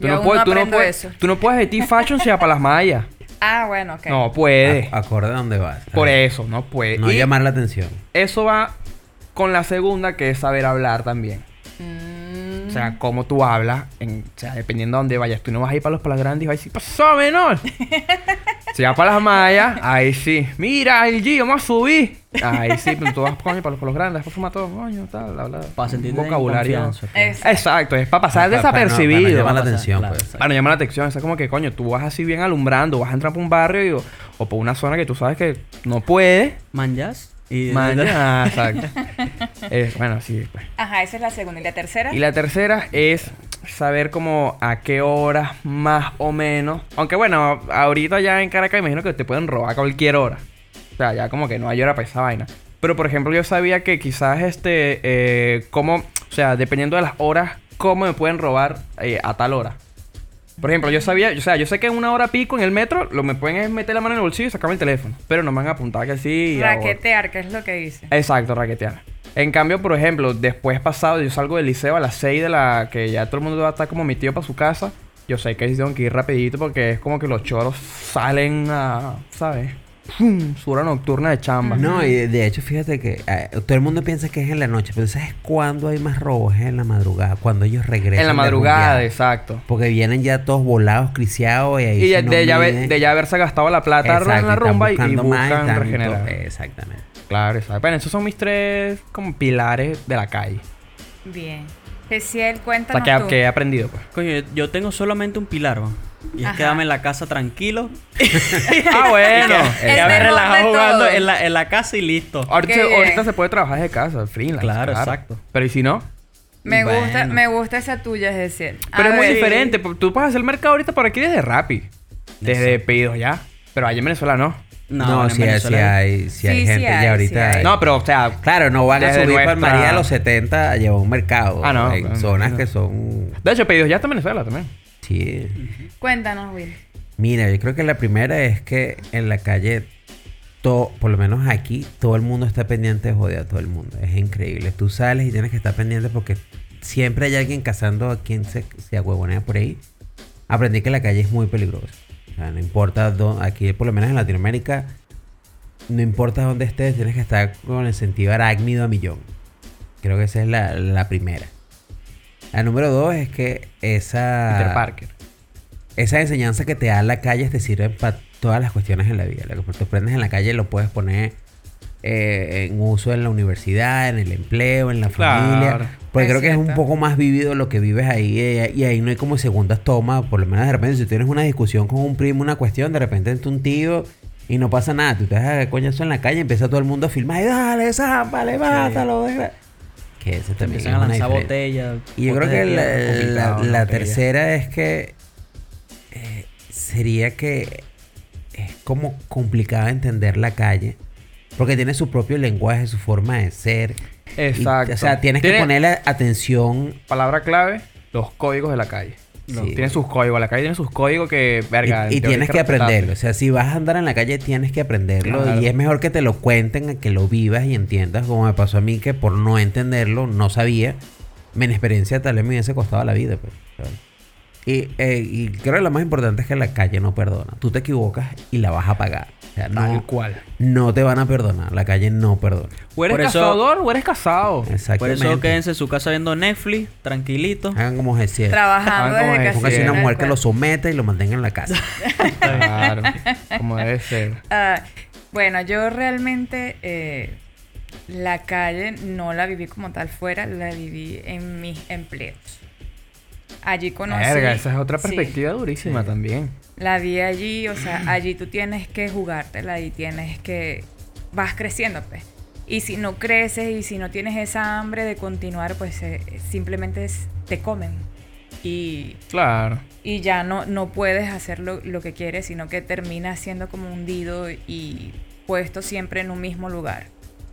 Speaker 4: Tú
Speaker 5: Yo
Speaker 4: no,
Speaker 5: aún
Speaker 4: puedes,
Speaker 5: no
Speaker 4: tú, no
Speaker 5: aprendo
Speaker 4: puedes,
Speaker 5: eso.
Speaker 4: tú no puedes vestir fashion si vas para las mallas.
Speaker 5: Ah, bueno, ok.
Speaker 4: No puede.
Speaker 2: Ac- Acorde a dónde vas.
Speaker 4: Por
Speaker 2: Ajá.
Speaker 4: eso, no puede.
Speaker 2: Ah, No
Speaker 4: Y
Speaker 2: llamar la atención.
Speaker 4: Eso va con la segunda, que es saber hablar también. O sea, cómo tú hablas, en- o sea, dependiendo a dónde vayas. Tú no vas a ir para los palas grandes y vas a decir, ¡pasó, menor! si vas para las mayas, ahí sí. ¡Mira, el G, vamos a subir! Ahí sí, pero tú vas, coño, para los, palos grandes, después fumas todo, coño, tal, bla, bla.
Speaker 3: Para sentirte
Speaker 4: Un
Speaker 3: en
Speaker 4: vocabulario.
Speaker 3: confianza, pues.
Speaker 5: Es-
Speaker 4: Exacto, es para pasar
Speaker 2: Pa- pa- pa- no,
Speaker 4: desapercibido.
Speaker 2: Para no llamar la
Speaker 3: Para pasar,
Speaker 2: atención,
Speaker 3: claro,
Speaker 2: pues.
Speaker 3: exacto.
Speaker 4: Para no llamar la atención, es como que, coño, tú vas así bien alumbrando, vas a entrar por un barrio y- o por una zona que tú sabes que no puedes.
Speaker 3: Manjas. Y
Speaker 4: Mañana, [laughs] exacto. Es, bueno, sí. pues.
Speaker 5: Ajá, esa es la segunda. ¿Y la tercera?
Speaker 4: Y la tercera es saber como a qué horas más o menos. Aunque bueno, ahorita ya en Caracas imagino que te pueden robar a cualquier hora. O sea, ya como que no hay hora para esa vaina. Pero por ejemplo, yo sabía que quizás este, eh, cómo, o sea, dependiendo de las horas, cómo me pueden robar eh, a tal hora. Por ejemplo, yo sabía, o sea, yo sé que en una hora pico en el metro, lo me pueden es meter la mano en el bolsillo y sacarme el teléfono. Pero no me van a apuntar que sí. y a-
Speaker 5: Raquetear, que es lo que dice.
Speaker 4: Exacto, raquetear. En cambio, por ejemplo, después pasado, yo salgo del liceo a las 6 de la que ya todo el mundo va a estar como metido para su casa. Yo sé que ahí tengo que ir rapidito porque es como que los choros salen a, ¿sabes? ¡Pum! Su hora nocturna de chamba.
Speaker 2: No, y de- de hecho, fíjate que eh, todo el mundo piensa que es en la noche, pero ¿sabes cuándo hay más robos? Es en la madrugada, cuando ellos regresan.
Speaker 4: en la
Speaker 2: de
Speaker 4: madrugada,
Speaker 2: rumbear.
Speaker 4: exacto.
Speaker 2: Porque vienen ya todos volados, criciados y ahí.
Speaker 4: Y
Speaker 2: sí
Speaker 4: de,
Speaker 2: no
Speaker 4: de ya haber-
Speaker 2: miden.
Speaker 4: de ya haberse gastado la plata
Speaker 2: Exacto,
Speaker 4: en la
Speaker 2: están
Speaker 4: rumba y, y
Speaker 2: buscando más, Eh.
Speaker 4: buscan
Speaker 2: están to-
Speaker 4: regenerar.
Speaker 2: Exactamente.
Speaker 4: Claro, exacto. Bueno, esos son mis tres como pilares de la calle.
Speaker 5: Bien. Gesiel,
Speaker 4: O sea,
Speaker 5: cuéntanos
Speaker 4: que,
Speaker 5: tú.
Speaker 4: que he aprendido, pues.
Speaker 3: Coño, yo- yo tengo solamente un pilar, weón. Y es
Speaker 5: Ajá.
Speaker 3: quedarme en la casa tranquilo.
Speaker 4: ah, bueno.
Speaker 3: [laughs]
Speaker 5: El
Speaker 3: Ya me
Speaker 5: mejor
Speaker 3: relajado
Speaker 5: método.
Speaker 3: jugando en la, en la casa y listo.
Speaker 4: Ahorita,
Speaker 5: Qué bien.
Speaker 4: ahorita se puede trabajar de casa, freelance.
Speaker 3: Claro, exacto.
Speaker 4: Pero y si no,
Speaker 5: Me
Speaker 3: Bueno.
Speaker 5: gusta, me gusta esa tuya, Gesiel. A
Speaker 4: pero es muy
Speaker 5: ver.
Speaker 4: diferente. porque Tú puedes hacer el mercado ahorita por aquí desde Rappi. Desde pedidos ya. Pero allá en Venezuela no.
Speaker 2: No,
Speaker 3: en
Speaker 2: si hay, si
Speaker 3: Venezuela-
Speaker 2: hay, si hay
Speaker 5: Sí, sí
Speaker 2: gente
Speaker 5: hay,
Speaker 2: ya
Speaker 5: sí
Speaker 2: ahorita.
Speaker 5: hay.
Speaker 2: hay.
Speaker 4: No, pero o sea,
Speaker 2: Claro, no van a
Speaker 4: Desde
Speaker 2: subir para
Speaker 4: nuestra-
Speaker 2: María a los 70 a llevar un mercado.
Speaker 4: Ah, no,
Speaker 2: En
Speaker 4: claro,
Speaker 2: zonas
Speaker 4: no.
Speaker 2: que son.
Speaker 4: de hecho pedidos ya está en Venezuela también.
Speaker 2: Sí.
Speaker 5: Cuéntanos, Will.
Speaker 2: Mira, yo creo que la primera es que en la calle, to- por lo menos aquí, todo el mundo está pendiente de joder a todo el mundo. Es increíble. Tú sales y tienes que estar pendiente porque siempre hay alguien cazando a quien se, se ahuevonea por ahí. Aprendí que la calle es muy peligrosa. O sea, no importa dónde, aquí por lo menos en Latinoamérica, no importa dónde estés, tienes que estar con el sentido arácnido a millón. Creo que esa es la, la primera. La número dos es que esa
Speaker 4: Peter Parker.
Speaker 2: esa enseñanza que te da la calle te sirve para todas las cuestiones en la vida. Lo que tú aprendes en la calle lo puedes poner eh, en uso en la universidad, en el empleo, en la
Speaker 4: Claro.
Speaker 2: familia. Porque
Speaker 5: Es
Speaker 2: creo que es un
Speaker 5: cierto.
Speaker 2: poco más vivido lo que vives ahí eh, y ahí no hay como segundas tomas. Por lo menos de repente si tienes una discusión con un primo, una cuestión, de repente entre un tío y no pasa nada. Tú te das a coñazo en la calle y empieza todo el mundo a filmar. Y dale, zapa, levátalo. desgra-". Que eso también
Speaker 3: Empiezan
Speaker 2: es
Speaker 3: a
Speaker 2: una
Speaker 3: lanzar
Speaker 2: diferencia.
Speaker 3: botellas.
Speaker 2: Y yo creo
Speaker 3: botes de
Speaker 2: que la,
Speaker 3: tierra, complicado,
Speaker 2: la- la
Speaker 3: botellas.
Speaker 2: tercera es que eh, sería que es como complicado entender la calle. Porque tiene su propio lenguaje, su forma de ser. Y,
Speaker 4: Exacto.
Speaker 2: o sea, tienes
Speaker 4: Tiene-
Speaker 2: que ponerle atención.
Speaker 4: Palabra clave, los códigos de la calle.
Speaker 2: Sí.
Speaker 4: Tienen sus códigos, la calle tiene sus códigos que, verga.
Speaker 2: y, y
Speaker 4: en teoría hay
Speaker 2: tienes que
Speaker 4: respetar.
Speaker 2: aprenderlo. O sea, si vas a andar en la calle, tienes que aprenderlo.
Speaker 4: Claro.
Speaker 2: Y es mejor que te lo cuenten, a que lo vivas y entiendas, como me pasó a mí, que por no entenderlo, no sabía. Mi experiencia tal vez me hubiese costado la vida. pues, ¿sabes? Y, eh, y creo que lo más importante es que la calle no perdona. Tú te equivocas y la vas a pagar. O sea,
Speaker 4: Tal
Speaker 2: no,
Speaker 4: cual.
Speaker 2: no te van a perdonar. La calle no perdona.
Speaker 4: O eres
Speaker 3: Por eso-
Speaker 4: cazador o eres casado.
Speaker 3: Por
Speaker 2: Exactamente.
Speaker 3: eso quédense en su casa viendo Netflix, tranquilito.
Speaker 2: Hagan como Gesiel.
Speaker 5: Trabajando
Speaker 4: Ah, no,
Speaker 5: desde
Speaker 4: es-
Speaker 5: casi.
Speaker 2: Póngase una
Speaker 4: Sí,
Speaker 2: mujer que lo someta y lo mantenga en la casa.
Speaker 4: Claro. Como debe ser.
Speaker 5: Ah, bueno, yo realmente eh, la calle no la viví como tal fuera, la viví en mis empleos. Allí conocí.
Speaker 4: Verga, esa es otra
Speaker 5: sí,
Speaker 4: perspectiva durísima también.
Speaker 5: la vi allí, o sea, allí tú tienes que jugártela y tienes que. Vas creciendo, pues. Y si no creces y si no tienes esa hambre de continuar, pues eh, simplemente es- te comen. Y
Speaker 4: Claro.
Speaker 5: y ya no, no puedes hacer lo, lo que quieres, sino que terminas siendo como hundido y puesto siempre en un mismo lugar.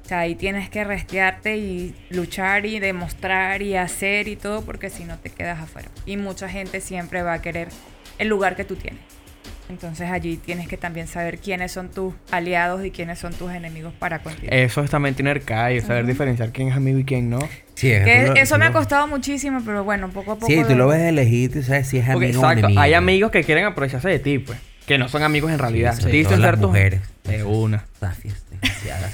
Speaker 5: O sea, ahí tienes que restearte y luchar y demostrar y hacer y todo, porque si no te quedas afuera. Y mucha gente siempre va a querer el lugar que tú tienes. Entonces allí tienes que también saber quiénes son tus aliados y quiénes son tus enemigos para continuar.
Speaker 4: Eso es también tener calle, saber diferenciar quién es amigo y quién no.
Speaker 2: Sí, es-
Speaker 5: Que
Speaker 2: tú lo-
Speaker 5: eso
Speaker 2: tú
Speaker 5: me ha
Speaker 2: lo-
Speaker 5: costado muchísimo, pero bueno, poco a poco.
Speaker 2: Eh, Sí, tú lo
Speaker 5: lo-
Speaker 2: ves de lejito y sabes si es amigo
Speaker 4: Porque,
Speaker 2: o
Speaker 4: exacto,
Speaker 2: enemigo.
Speaker 4: hay amigos que quieren aprovecharse de ti, pues. Que no son amigos en realidad.
Speaker 2: sobre
Speaker 4: Dicen
Speaker 2: todo las
Speaker 4: ser tus-
Speaker 2: mujeres.
Speaker 4: De una.
Speaker 2: Zafias, desgraciadas.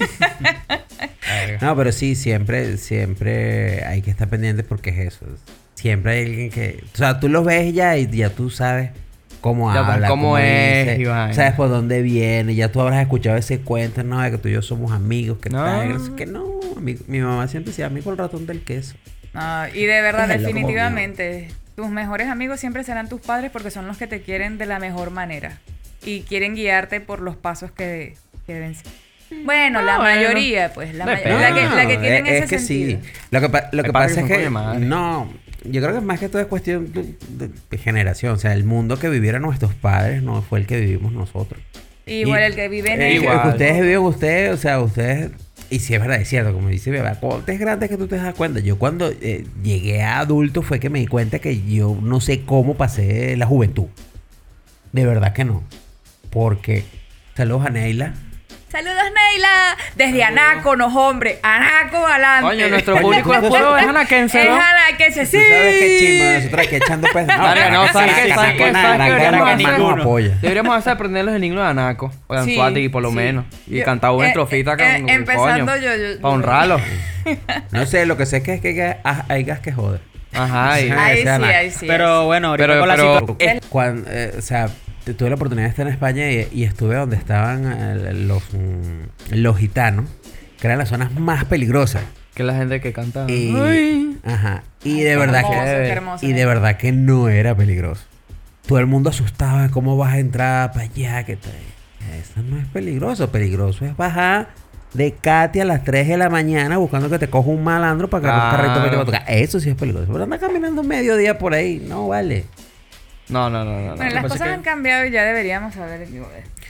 Speaker 4: Verga.
Speaker 2: No, pero sí, siempre, siempre hay que estar pendiente porque es eso. Siempre hay alguien que. O sea, tú lo ves ya y ya tú sabes cómo
Speaker 4: Ya, pues,
Speaker 2: habla,
Speaker 4: cómo es,
Speaker 2: dice,
Speaker 4: y vaina.
Speaker 2: sabes por dónde viene, ya tú habrás escuchado ese cuento, no, de que tú y yo somos amigos, que
Speaker 4: No.
Speaker 2: tal, que no sé qué. no. Mi, mi mamá siempre decía, amigo el ratón del queso.
Speaker 5: No, y de verdad,
Speaker 2: Déjalo como
Speaker 5: definitivamente, tus mejores amigos siempre serán tus padres porque son los que te quieren de la mejor manera y quieren guiarte por los pasos que, que deben ser. Bueno, la
Speaker 4: bueno.
Speaker 5: mayoría, pues, la, may-
Speaker 4: Depende.
Speaker 5: la que, la que
Speaker 2: Ah, No,
Speaker 5: tienen
Speaker 2: es,
Speaker 5: ese
Speaker 2: es que
Speaker 5: sentido.
Speaker 2: sí. Lo que, pa- lo
Speaker 4: Hay
Speaker 2: que pasa
Speaker 4: padres
Speaker 2: es
Speaker 4: que son
Speaker 2: que.
Speaker 4: coño madre.
Speaker 2: No, yo creo que más que todo es cuestión de- de- de generación. O sea, el mundo que vivieron nuestros padres no fue el que vivimos nosotros.
Speaker 5: Igual
Speaker 2: Y-
Speaker 5: el que vive en
Speaker 2: Eh,
Speaker 5: el-
Speaker 4: Igual.
Speaker 2: lo que ustedes viven, ustedes, o sea, ustedes. Y si es verdad, es cierto, como dice mi mamá, ¿cuánto es grande que tú te das cuenta? Yo cuando eh, llegué a adulto fue que me di cuenta que yo no sé cómo pasé la juventud. De verdad que no. Porque, saludos a Neila.
Speaker 5: Saludos, Neila. Desde Anaco, no, hombre. Anaco, adelante.
Speaker 4: Coño, nuestro
Speaker 2: Coño,
Speaker 4: público de
Speaker 2: tú-
Speaker 4: pueblo es anaquense,
Speaker 5: Es
Speaker 4: ¿no?
Speaker 5: anaquense, sí.
Speaker 2: Tú sabes qué chimba, nosotras que echando peso.
Speaker 4: Verga, no,
Speaker 2: Caracas,
Speaker 4: ¿sabes
Speaker 2: Caracas,
Speaker 4: qué? ¿Sabes qué?
Speaker 2: Caracas,
Speaker 4: ¿Sabes qué?
Speaker 2: Caracas,
Speaker 4: Deberíamos
Speaker 2: Caracas,
Speaker 4: hacer-
Speaker 2: Caracas nos apoya.
Speaker 4: Deberíamos hacer aprender los enigmas de Anaco o de
Speaker 5: Sí,
Speaker 4: Anzuategui, por lo
Speaker 5: sí.
Speaker 4: menos. Y
Speaker 5: Yo-
Speaker 4: cantar una
Speaker 5: eh,
Speaker 4: estrofita
Speaker 5: eh,
Speaker 4: con con
Speaker 5: empezando
Speaker 4: coño,
Speaker 5: yo- yo-
Speaker 4: Para honrarlo.
Speaker 2: No sé, lo que sé es que, es que hay- hay gas que jode.
Speaker 4: Ajá. y-
Speaker 2: Ay,
Speaker 5: Ahí sí,
Speaker 2: sea Anaco.
Speaker 5: ahí sí.
Speaker 3: pero bueno, ahorita
Speaker 4: Pero-
Speaker 3: con la
Speaker 2: [laughs]
Speaker 4: pero-
Speaker 3: situación.
Speaker 5: El-
Speaker 2: Cuando, eh, o sea, tu- tuve la oportunidad de estar en España y, y estuve donde estaban eh, los, mm, los gitanos, que eran las zonas más peligrosas.
Speaker 4: Que la gente que canta.
Speaker 2: Y,
Speaker 4: Ay.
Speaker 2: ajá, y
Speaker 5: Qué
Speaker 2: de verdad
Speaker 5: hermoso,
Speaker 2: que
Speaker 5: qué hermoso.
Speaker 2: y de verdad que no era peligroso. Todo el mundo asustado de cómo vas a entrar para allá, que te... Eso no es peligroso, peligroso es bajar de Katy a las 3 de la mañana buscando que te coja un malandro para que un carrito que te va a
Speaker 4: Claro.
Speaker 2: tocar. Eso sí es peligroso. Pero anda caminando mediodía por ahí, no vale.
Speaker 4: No, no, no, no. no.
Speaker 5: Bueno,
Speaker 4: Lo
Speaker 5: las
Speaker 4: pues, que
Speaker 5: cosas
Speaker 4: pasa es
Speaker 5: han
Speaker 4: que-
Speaker 5: cambiado y ya deberíamos saber.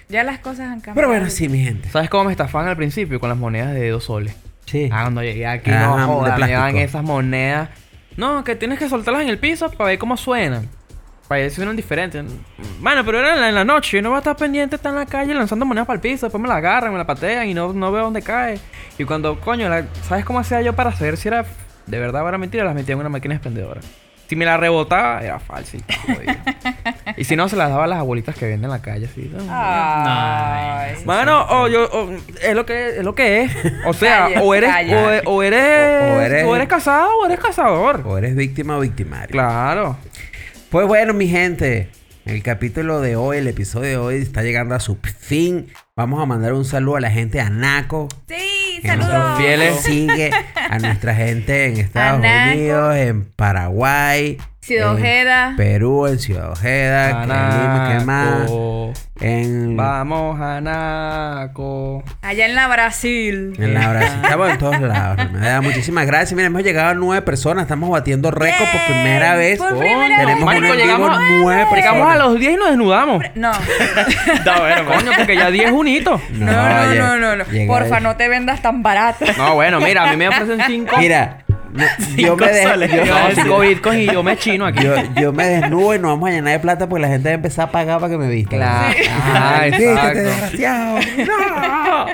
Speaker 5: Ya las cosas han cambiado.
Speaker 2: Pero bueno, sí, mi gente.
Speaker 4: ¿Sabes cómo me estafaban al principio? Con las monedas de dos soles.
Speaker 2: Sí.
Speaker 4: Ah, cuando llegué aquí,
Speaker 2: Ah, de
Speaker 4: no joda, me
Speaker 2: plástico.
Speaker 4: daban esas monedas. No, que tienes que soltarlas en el piso para ver cómo suenan. Para ver si suenan diferentes. Bueno, pero era en la, en la noche. Yo no voy a estar pendiente, está en la calle lanzando monedas para el piso. Después me la agarran, me la patean y no, no veo dónde cae. Y cuando, coño, la- ¿sabes cómo hacía yo para saber si era de verdad o era mentira? Las metía en una máquina expendedora. Si me la rebotaba, era falso. Y, estaba jodido. y si no, se las daba a las abuelitas que venden en la calle. Así.
Speaker 5: Ay.
Speaker 4: Mano, o yo, o- es lo que es lo que es. O sea,
Speaker 5: Calle,
Speaker 4: o eres,
Speaker 5: calle.
Speaker 4: o, e- o eres,
Speaker 2: O-
Speaker 4: o
Speaker 2: o
Speaker 4: eres,
Speaker 2: eres-
Speaker 4: casado o eres cazador.
Speaker 2: O eres víctima o victimario.
Speaker 4: Claro.
Speaker 2: Pues bueno, mi gente, el capítulo de hoy, el episodio de hoy está llegando a su fin. Vamos a mandar un saludo a la gente de Anaco.
Speaker 5: Sí,
Speaker 2: que nos
Speaker 5: saludos. [laughs]
Speaker 4: fieles.
Speaker 2: Sigue a nuestra gente en Estados
Speaker 5: Anaco.
Speaker 2: Unidos, en Paraguay,
Speaker 5: Ciudad
Speaker 2: en
Speaker 5: Ojeda.
Speaker 2: Perú, en Ciudad Ojeda, que en Lima, ¿qué más?
Speaker 4: Anaco.
Speaker 2: En,
Speaker 4: Vamos, Anaco.
Speaker 5: Allá en la Brasil.
Speaker 2: en la Brasil. Estamos en todos lados. hermano. De verdad, Muchísimas gracias. Miren, hemos llegado a nueve personas. Estamos batiendo récord por
Speaker 5: ¡Yay!
Speaker 2: primera vez.
Speaker 5: Por
Speaker 4: Oh,
Speaker 5: primera
Speaker 2: Tenemos
Speaker 5: vez.
Speaker 2: un
Speaker 4: Marico,
Speaker 2: en vivo
Speaker 4: llegamos-
Speaker 2: nueve personas.
Speaker 4: Llegamos a los 10 y nos desnudamos.
Speaker 5: No,
Speaker 4: Coño, porque ya 10 es un hito.
Speaker 5: no, no,
Speaker 2: lleg-
Speaker 5: no, no. no.
Speaker 2: llega-
Speaker 5: Porfa, no te vendas tan barato.
Speaker 4: No, bueno, mira, a mí me ofrecen 5
Speaker 2: Mira, no, yo, me des-
Speaker 3: soles,
Speaker 2: yo-
Speaker 3: iba a decir.
Speaker 4: bitcoins y yo me chino aquí.
Speaker 2: yo- yo me desnudo y no vamos a llenar de plata porque la gente va a empezar a pagar para que me vista.
Speaker 4: Claro. [laughs] Ah,
Speaker 2: Ay, viste,
Speaker 4: exacto.
Speaker 2: desgraciado.
Speaker 4: Ah.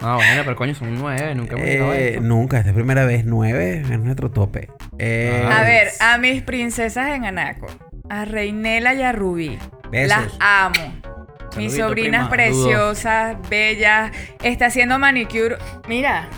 Speaker 4: No, bueno, pero coño, son 9, nunca hemos llegado a
Speaker 2: Eh,
Speaker 4: esto.
Speaker 2: nunca, esta es
Speaker 4: Ah.
Speaker 2: primera vez. Nueve es nuestro tope. Eh,
Speaker 5: A ver, a mis princesas en Anaco. A Reinela y a Rubí.
Speaker 2: Besos.
Speaker 5: Las amo. Mis
Speaker 4: Saludito,
Speaker 5: sobrinas
Speaker 4: prima.
Speaker 5: preciosas, bellas. Está haciendo manicure. Mira,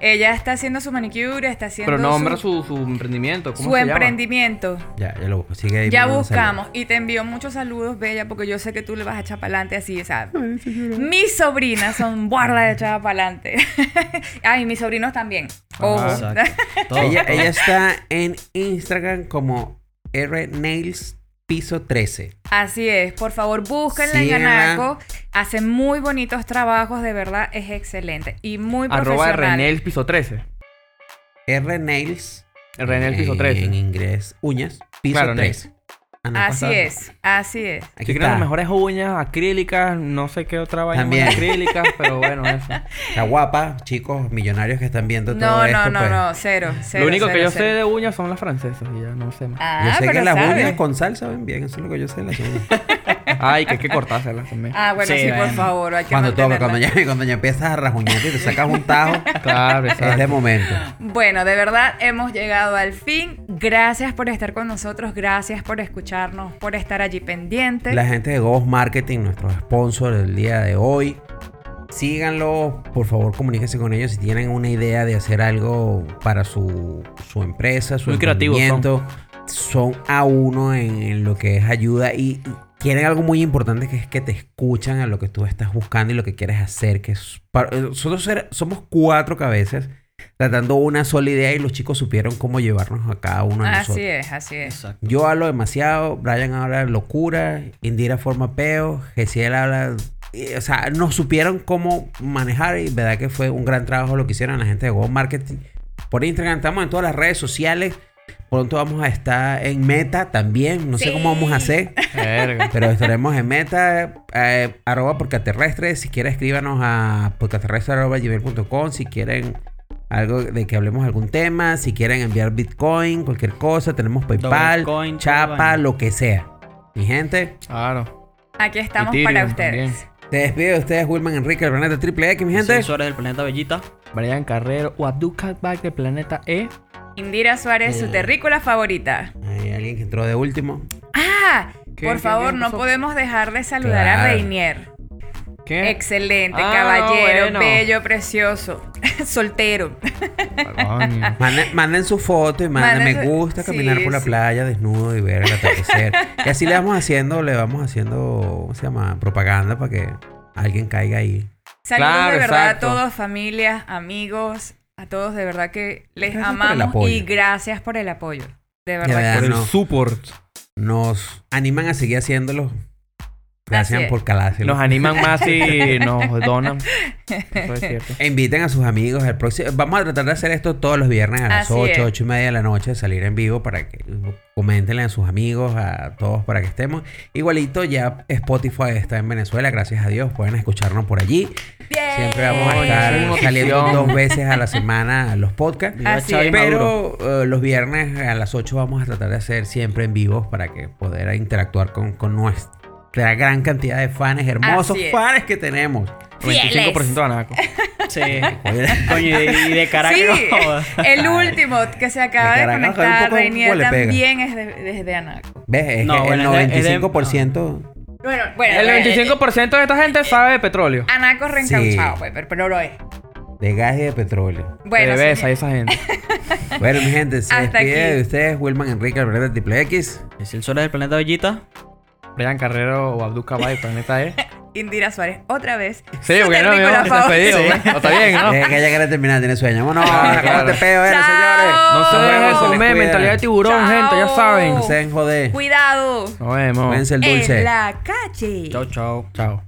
Speaker 5: ella está haciendo su manicure, está haciendo
Speaker 4: Pero nombra
Speaker 5: su,
Speaker 4: su, su emprendimiento. ¿Cómo
Speaker 5: su
Speaker 4: se llama?
Speaker 5: emprendimiento.
Speaker 2: Ya, ya lo busco. Sigue ahí.
Speaker 5: Ya
Speaker 2: mándame un saludo.
Speaker 5: buscamos y te envío muchos saludos, Bella, porque yo sé que tú le vas a echar pa'lante así, ¿sabes? Mis sobrinas son guarda de echar pa'lante. [laughs] Ay, mis sobrinos también. Oh. Ojo.
Speaker 3: Exacto. [laughs] Todo,
Speaker 2: Ella,
Speaker 3: todo.
Speaker 2: ella está en Instagram como rnails piso 13.
Speaker 5: [laughs] Así es, por favor, búsquenla en
Speaker 2: Síguenla.
Speaker 5: Anaco. Hace muy bonitos trabajos, de verdad, es excelente y [laughs] muy
Speaker 4: Arroba
Speaker 5: profesional.
Speaker 4: Renel piso 13.
Speaker 2: rnails.
Speaker 4: Renel piso
Speaker 2: eh, En
Speaker 4: 13.
Speaker 2: inglés, uñas, piso
Speaker 4: Claro,
Speaker 2: 13. Ana
Speaker 5: Así
Speaker 2: Costa.
Speaker 5: es, así es.
Speaker 2: Aquí
Speaker 4: Si quieren
Speaker 2: está.
Speaker 4: las mejores uñas acrílicas, no sé qué otra vaina
Speaker 2: También. [laughs]
Speaker 4: más acrílicas, pero bueno, eso.
Speaker 2: Está guapa, chicos, millonarios que están viendo todo
Speaker 5: No,
Speaker 2: esto.
Speaker 5: no, no,
Speaker 2: pues.
Speaker 5: no, cero, cero.
Speaker 4: Lo único que
Speaker 5: cero,
Speaker 4: yo
Speaker 5: cero.
Speaker 4: sé de uñas son las francesas y ya no sé más.
Speaker 5: Ah,
Speaker 2: yo sé que
Speaker 5: pero
Speaker 2: las
Speaker 5: sabe.
Speaker 2: uñas con sal saben bien, eso es lo que yo sé de las
Speaker 5: [laughs]
Speaker 2: uñas.
Speaker 4: Ay, que hay que cortárselas también.
Speaker 5: Ah, bueno, sí,
Speaker 3: Sí,
Speaker 5: por
Speaker 3: bueno.
Speaker 5: favor, hay que
Speaker 2: cuando, toma, cuando,
Speaker 5: mantenerla.
Speaker 2: ya, cuando ya empiezas a rasguñarte y te sacas un
Speaker 5: [laughs]
Speaker 2: tajo,
Speaker 4: Claro,
Speaker 2: es de
Speaker 4: exacto.
Speaker 2: momento.
Speaker 5: Bueno, de verdad hemos llegado al fin. Gracias por estar con nosotros, gracias por escucharnos, por estar allí pendiente.
Speaker 2: La gente de Ghost Marketing, nuestro sponsor del día de hoy. Síganlo, por favor, comuníquense con ellos si tienen una idea de hacer algo para su, su empresa, su
Speaker 4: Muy creativos son.
Speaker 2: emprendimiento. Son. a uno en, en lo que es ayuda y, y quieren algo muy importante que es que te escuchan a lo que tú estás buscando y lo que quieres hacer. Que es para- nosotros era- somos cuatro cabezas tratando una sola idea y los chicos supieron cómo llevarnos a cada uno de nosotros.
Speaker 5: Así es, así es.
Speaker 3: Exacto.
Speaker 2: Yo hablo demasiado, Brian habla locura, Indira forma peo, Gesiel habla... y, o sea, no supieron cómo manejar y verdad que fue un gran trabajo lo que hicieron la gente de Go Marketing. Por Instagram estamos en todas las redes sociales. Pronto vamos a estar en Meta también. No sé cómo vamos a hacer,
Speaker 5: [laughs]
Speaker 4: Verga.
Speaker 2: pero estaremos en Meta. eh, arroba porcaterrestre. Si quieren escríbanos a porcaterrestre.com. Si quieren algo de que hablemos algún tema. Si quieren enviar Bitcoin, cualquier cosa. Tenemos PayPal
Speaker 3: Dogecoin, todo
Speaker 2: chapa,
Speaker 3: vaina.
Speaker 2: lo que sea. Mi gente,
Speaker 4: Claro.
Speaker 5: Aquí estamos
Speaker 4: Ethereum
Speaker 5: para ustedes.
Speaker 2: te despido de ustedes, Wilman Enrique, el planeta Triple X, mi gente.
Speaker 3: Sensores del planeta Bellita.
Speaker 4: Brian Carrero o Abdul Back de Planeta E.
Speaker 5: Indira Suárez, su terrícola favorita.
Speaker 2: Hay alguien que entró de último.
Speaker 5: Ah,
Speaker 4: ¿Qué-
Speaker 5: por
Speaker 4: qué-
Speaker 5: favor,
Speaker 4: qué
Speaker 5: no
Speaker 4: pasó?
Speaker 5: podemos dejar de saludar a
Speaker 2: Claro.
Speaker 5: Reinier.
Speaker 4: ¿Qué?
Speaker 5: Excelente,
Speaker 4: Ah,
Speaker 5: caballero,
Speaker 4: bueno.
Speaker 5: bello, precioso, [laughs] soltero.
Speaker 2: [laughs]
Speaker 4: Coño.
Speaker 2: Manden, manden su foto y manden,
Speaker 5: Manden
Speaker 2: me
Speaker 5: su-
Speaker 2: gusta
Speaker 5: sí,
Speaker 2: caminar por la
Speaker 5: sí.
Speaker 2: playa desnudo y ver el
Speaker 5: [laughs]
Speaker 2: atardecer. y así le vamos haciendo, le vamos haciendo, ¿cómo se llama? Propaganda para que alguien caiga ahí.
Speaker 5: Saludos
Speaker 4: Claro,
Speaker 5: de verdad
Speaker 4: exacto.
Speaker 5: a todos, familias, amigos, a todos de verdad que les
Speaker 2: Gracias por el
Speaker 5: amamos
Speaker 2: apoyo.
Speaker 5: y gracias por el apoyo. De verdad.
Speaker 2: De verdad,
Speaker 4: Por el
Speaker 2: no.
Speaker 4: support.
Speaker 2: nos animan a seguir haciéndolo. Gracias
Speaker 5: Así es.
Speaker 2: por calárselo.
Speaker 4: Nos animan más
Speaker 5: [laughs]
Speaker 4: y nos donan. Eso es cierto.
Speaker 2: E Inviten a sus amigos al próximo. Vamos a tratar de hacer esto todos los viernes a las
Speaker 5: Así
Speaker 2: 8,
Speaker 5: es.
Speaker 2: 8 y media de la noche, salir en vivo para que comentenle a sus amigos, a todos para que estemos. Igualito, ya Spotify está en Venezuela, gracias a Dios, pueden escucharnos por allí.
Speaker 5: ¡Bien!
Speaker 2: Siempre vamos a
Speaker 4: Ay, qué
Speaker 2: estar
Speaker 4: emoción.
Speaker 2: saliendo dos veces a la semana a los podcasts.
Speaker 3: Viva
Speaker 5: Así
Speaker 3: Chávez
Speaker 5: es.
Speaker 3: Maduro.
Speaker 2: Pero eh, los viernes a las 8 vamos a tratar de hacer siempre en vivos para que poder interactuar con, con nuestra gran cantidad de fans, hermosos
Speaker 5: Así es.
Speaker 2: fans que tenemos.
Speaker 4: 25%
Speaker 5: [laughs]
Speaker 4: anaco.
Speaker 3: Sí. Coño, y de, y de Caracas.
Speaker 5: Sí, [laughs]
Speaker 3: no jodas.
Speaker 5: el último que se acaba
Speaker 2: De
Speaker 5: de,
Speaker 2: Caracas, un
Speaker 5: conectar,
Speaker 2: poco
Speaker 5: Reinier,
Speaker 2: huele pega.
Speaker 5: también es de- desde Anaco.
Speaker 2: ¿Ves? Es
Speaker 3: No,
Speaker 2: que
Speaker 3: bueno,
Speaker 2: el
Speaker 3: es de- es de-
Speaker 2: 95%.
Speaker 5: Bueno, bueno.
Speaker 4: El
Speaker 5: bueno,
Speaker 4: 25% de esta gente sabe de petróleo.
Speaker 5: Anaco reencauchado,
Speaker 2: Sí.
Speaker 5: pues, pero, pero lo es.
Speaker 2: De gas y de petróleo.
Speaker 5: Bueno,
Speaker 4: Te
Speaker 5: señor.
Speaker 4: besa esa gente.
Speaker 2: Bueno, mi gente, se
Speaker 5: [laughs] Hasta
Speaker 2: despide
Speaker 5: aquí.
Speaker 2: de ustedes, Wilman Enrique, el verdadero triple X.
Speaker 3: El sensor del planeta Bellita.
Speaker 4: Brian Carrero o Abdul Back de Planeta
Speaker 5: [laughs]
Speaker 4: E.
Speaker 5: Indira Suárez otra vez.
Speaker 4: Sí,
Speaker 5: Su
Speaker 4: porque no, amigo,
Speaker 5: terrícola
Speaker 4: te has
Speaker 5: favorita.
Speaker 4: pedido. ¿no? Está bien,
Speaker 5: [laughs]
Speaker 4: ¿no?
Speaker 2: Eh, que ya quiere terminar, tiene sueño. Vámonos,
Speaker 4: Claro,
Speaker 2: claro,
Speaker 4: claro.
Speaker 2: te peo, bueno,
Speaker 5: Chao.
Speaker 2: señores.
Speaker 4: No se
Speaker 5: Nos
Speaker 4: dejen
Speaker 2: vemos,
Speaker 4: eso,
Speaker 2: se
Speaker 4: men,
Speaker 2: cuidan.
Speaker 4: mentalidad de tiburón,
Speaker 5: Chao.
Speaker 4: gente, ya saben.
Speaker 2: No se dejen joder.
Speaker 5: Cuidado.
Speaker 4: Nos vemos.
Speaker 2: Cuídense el dulce.
Speaker 5: En la calle.
Speaker 3: Chao, chao.
Speaker 4: Chao.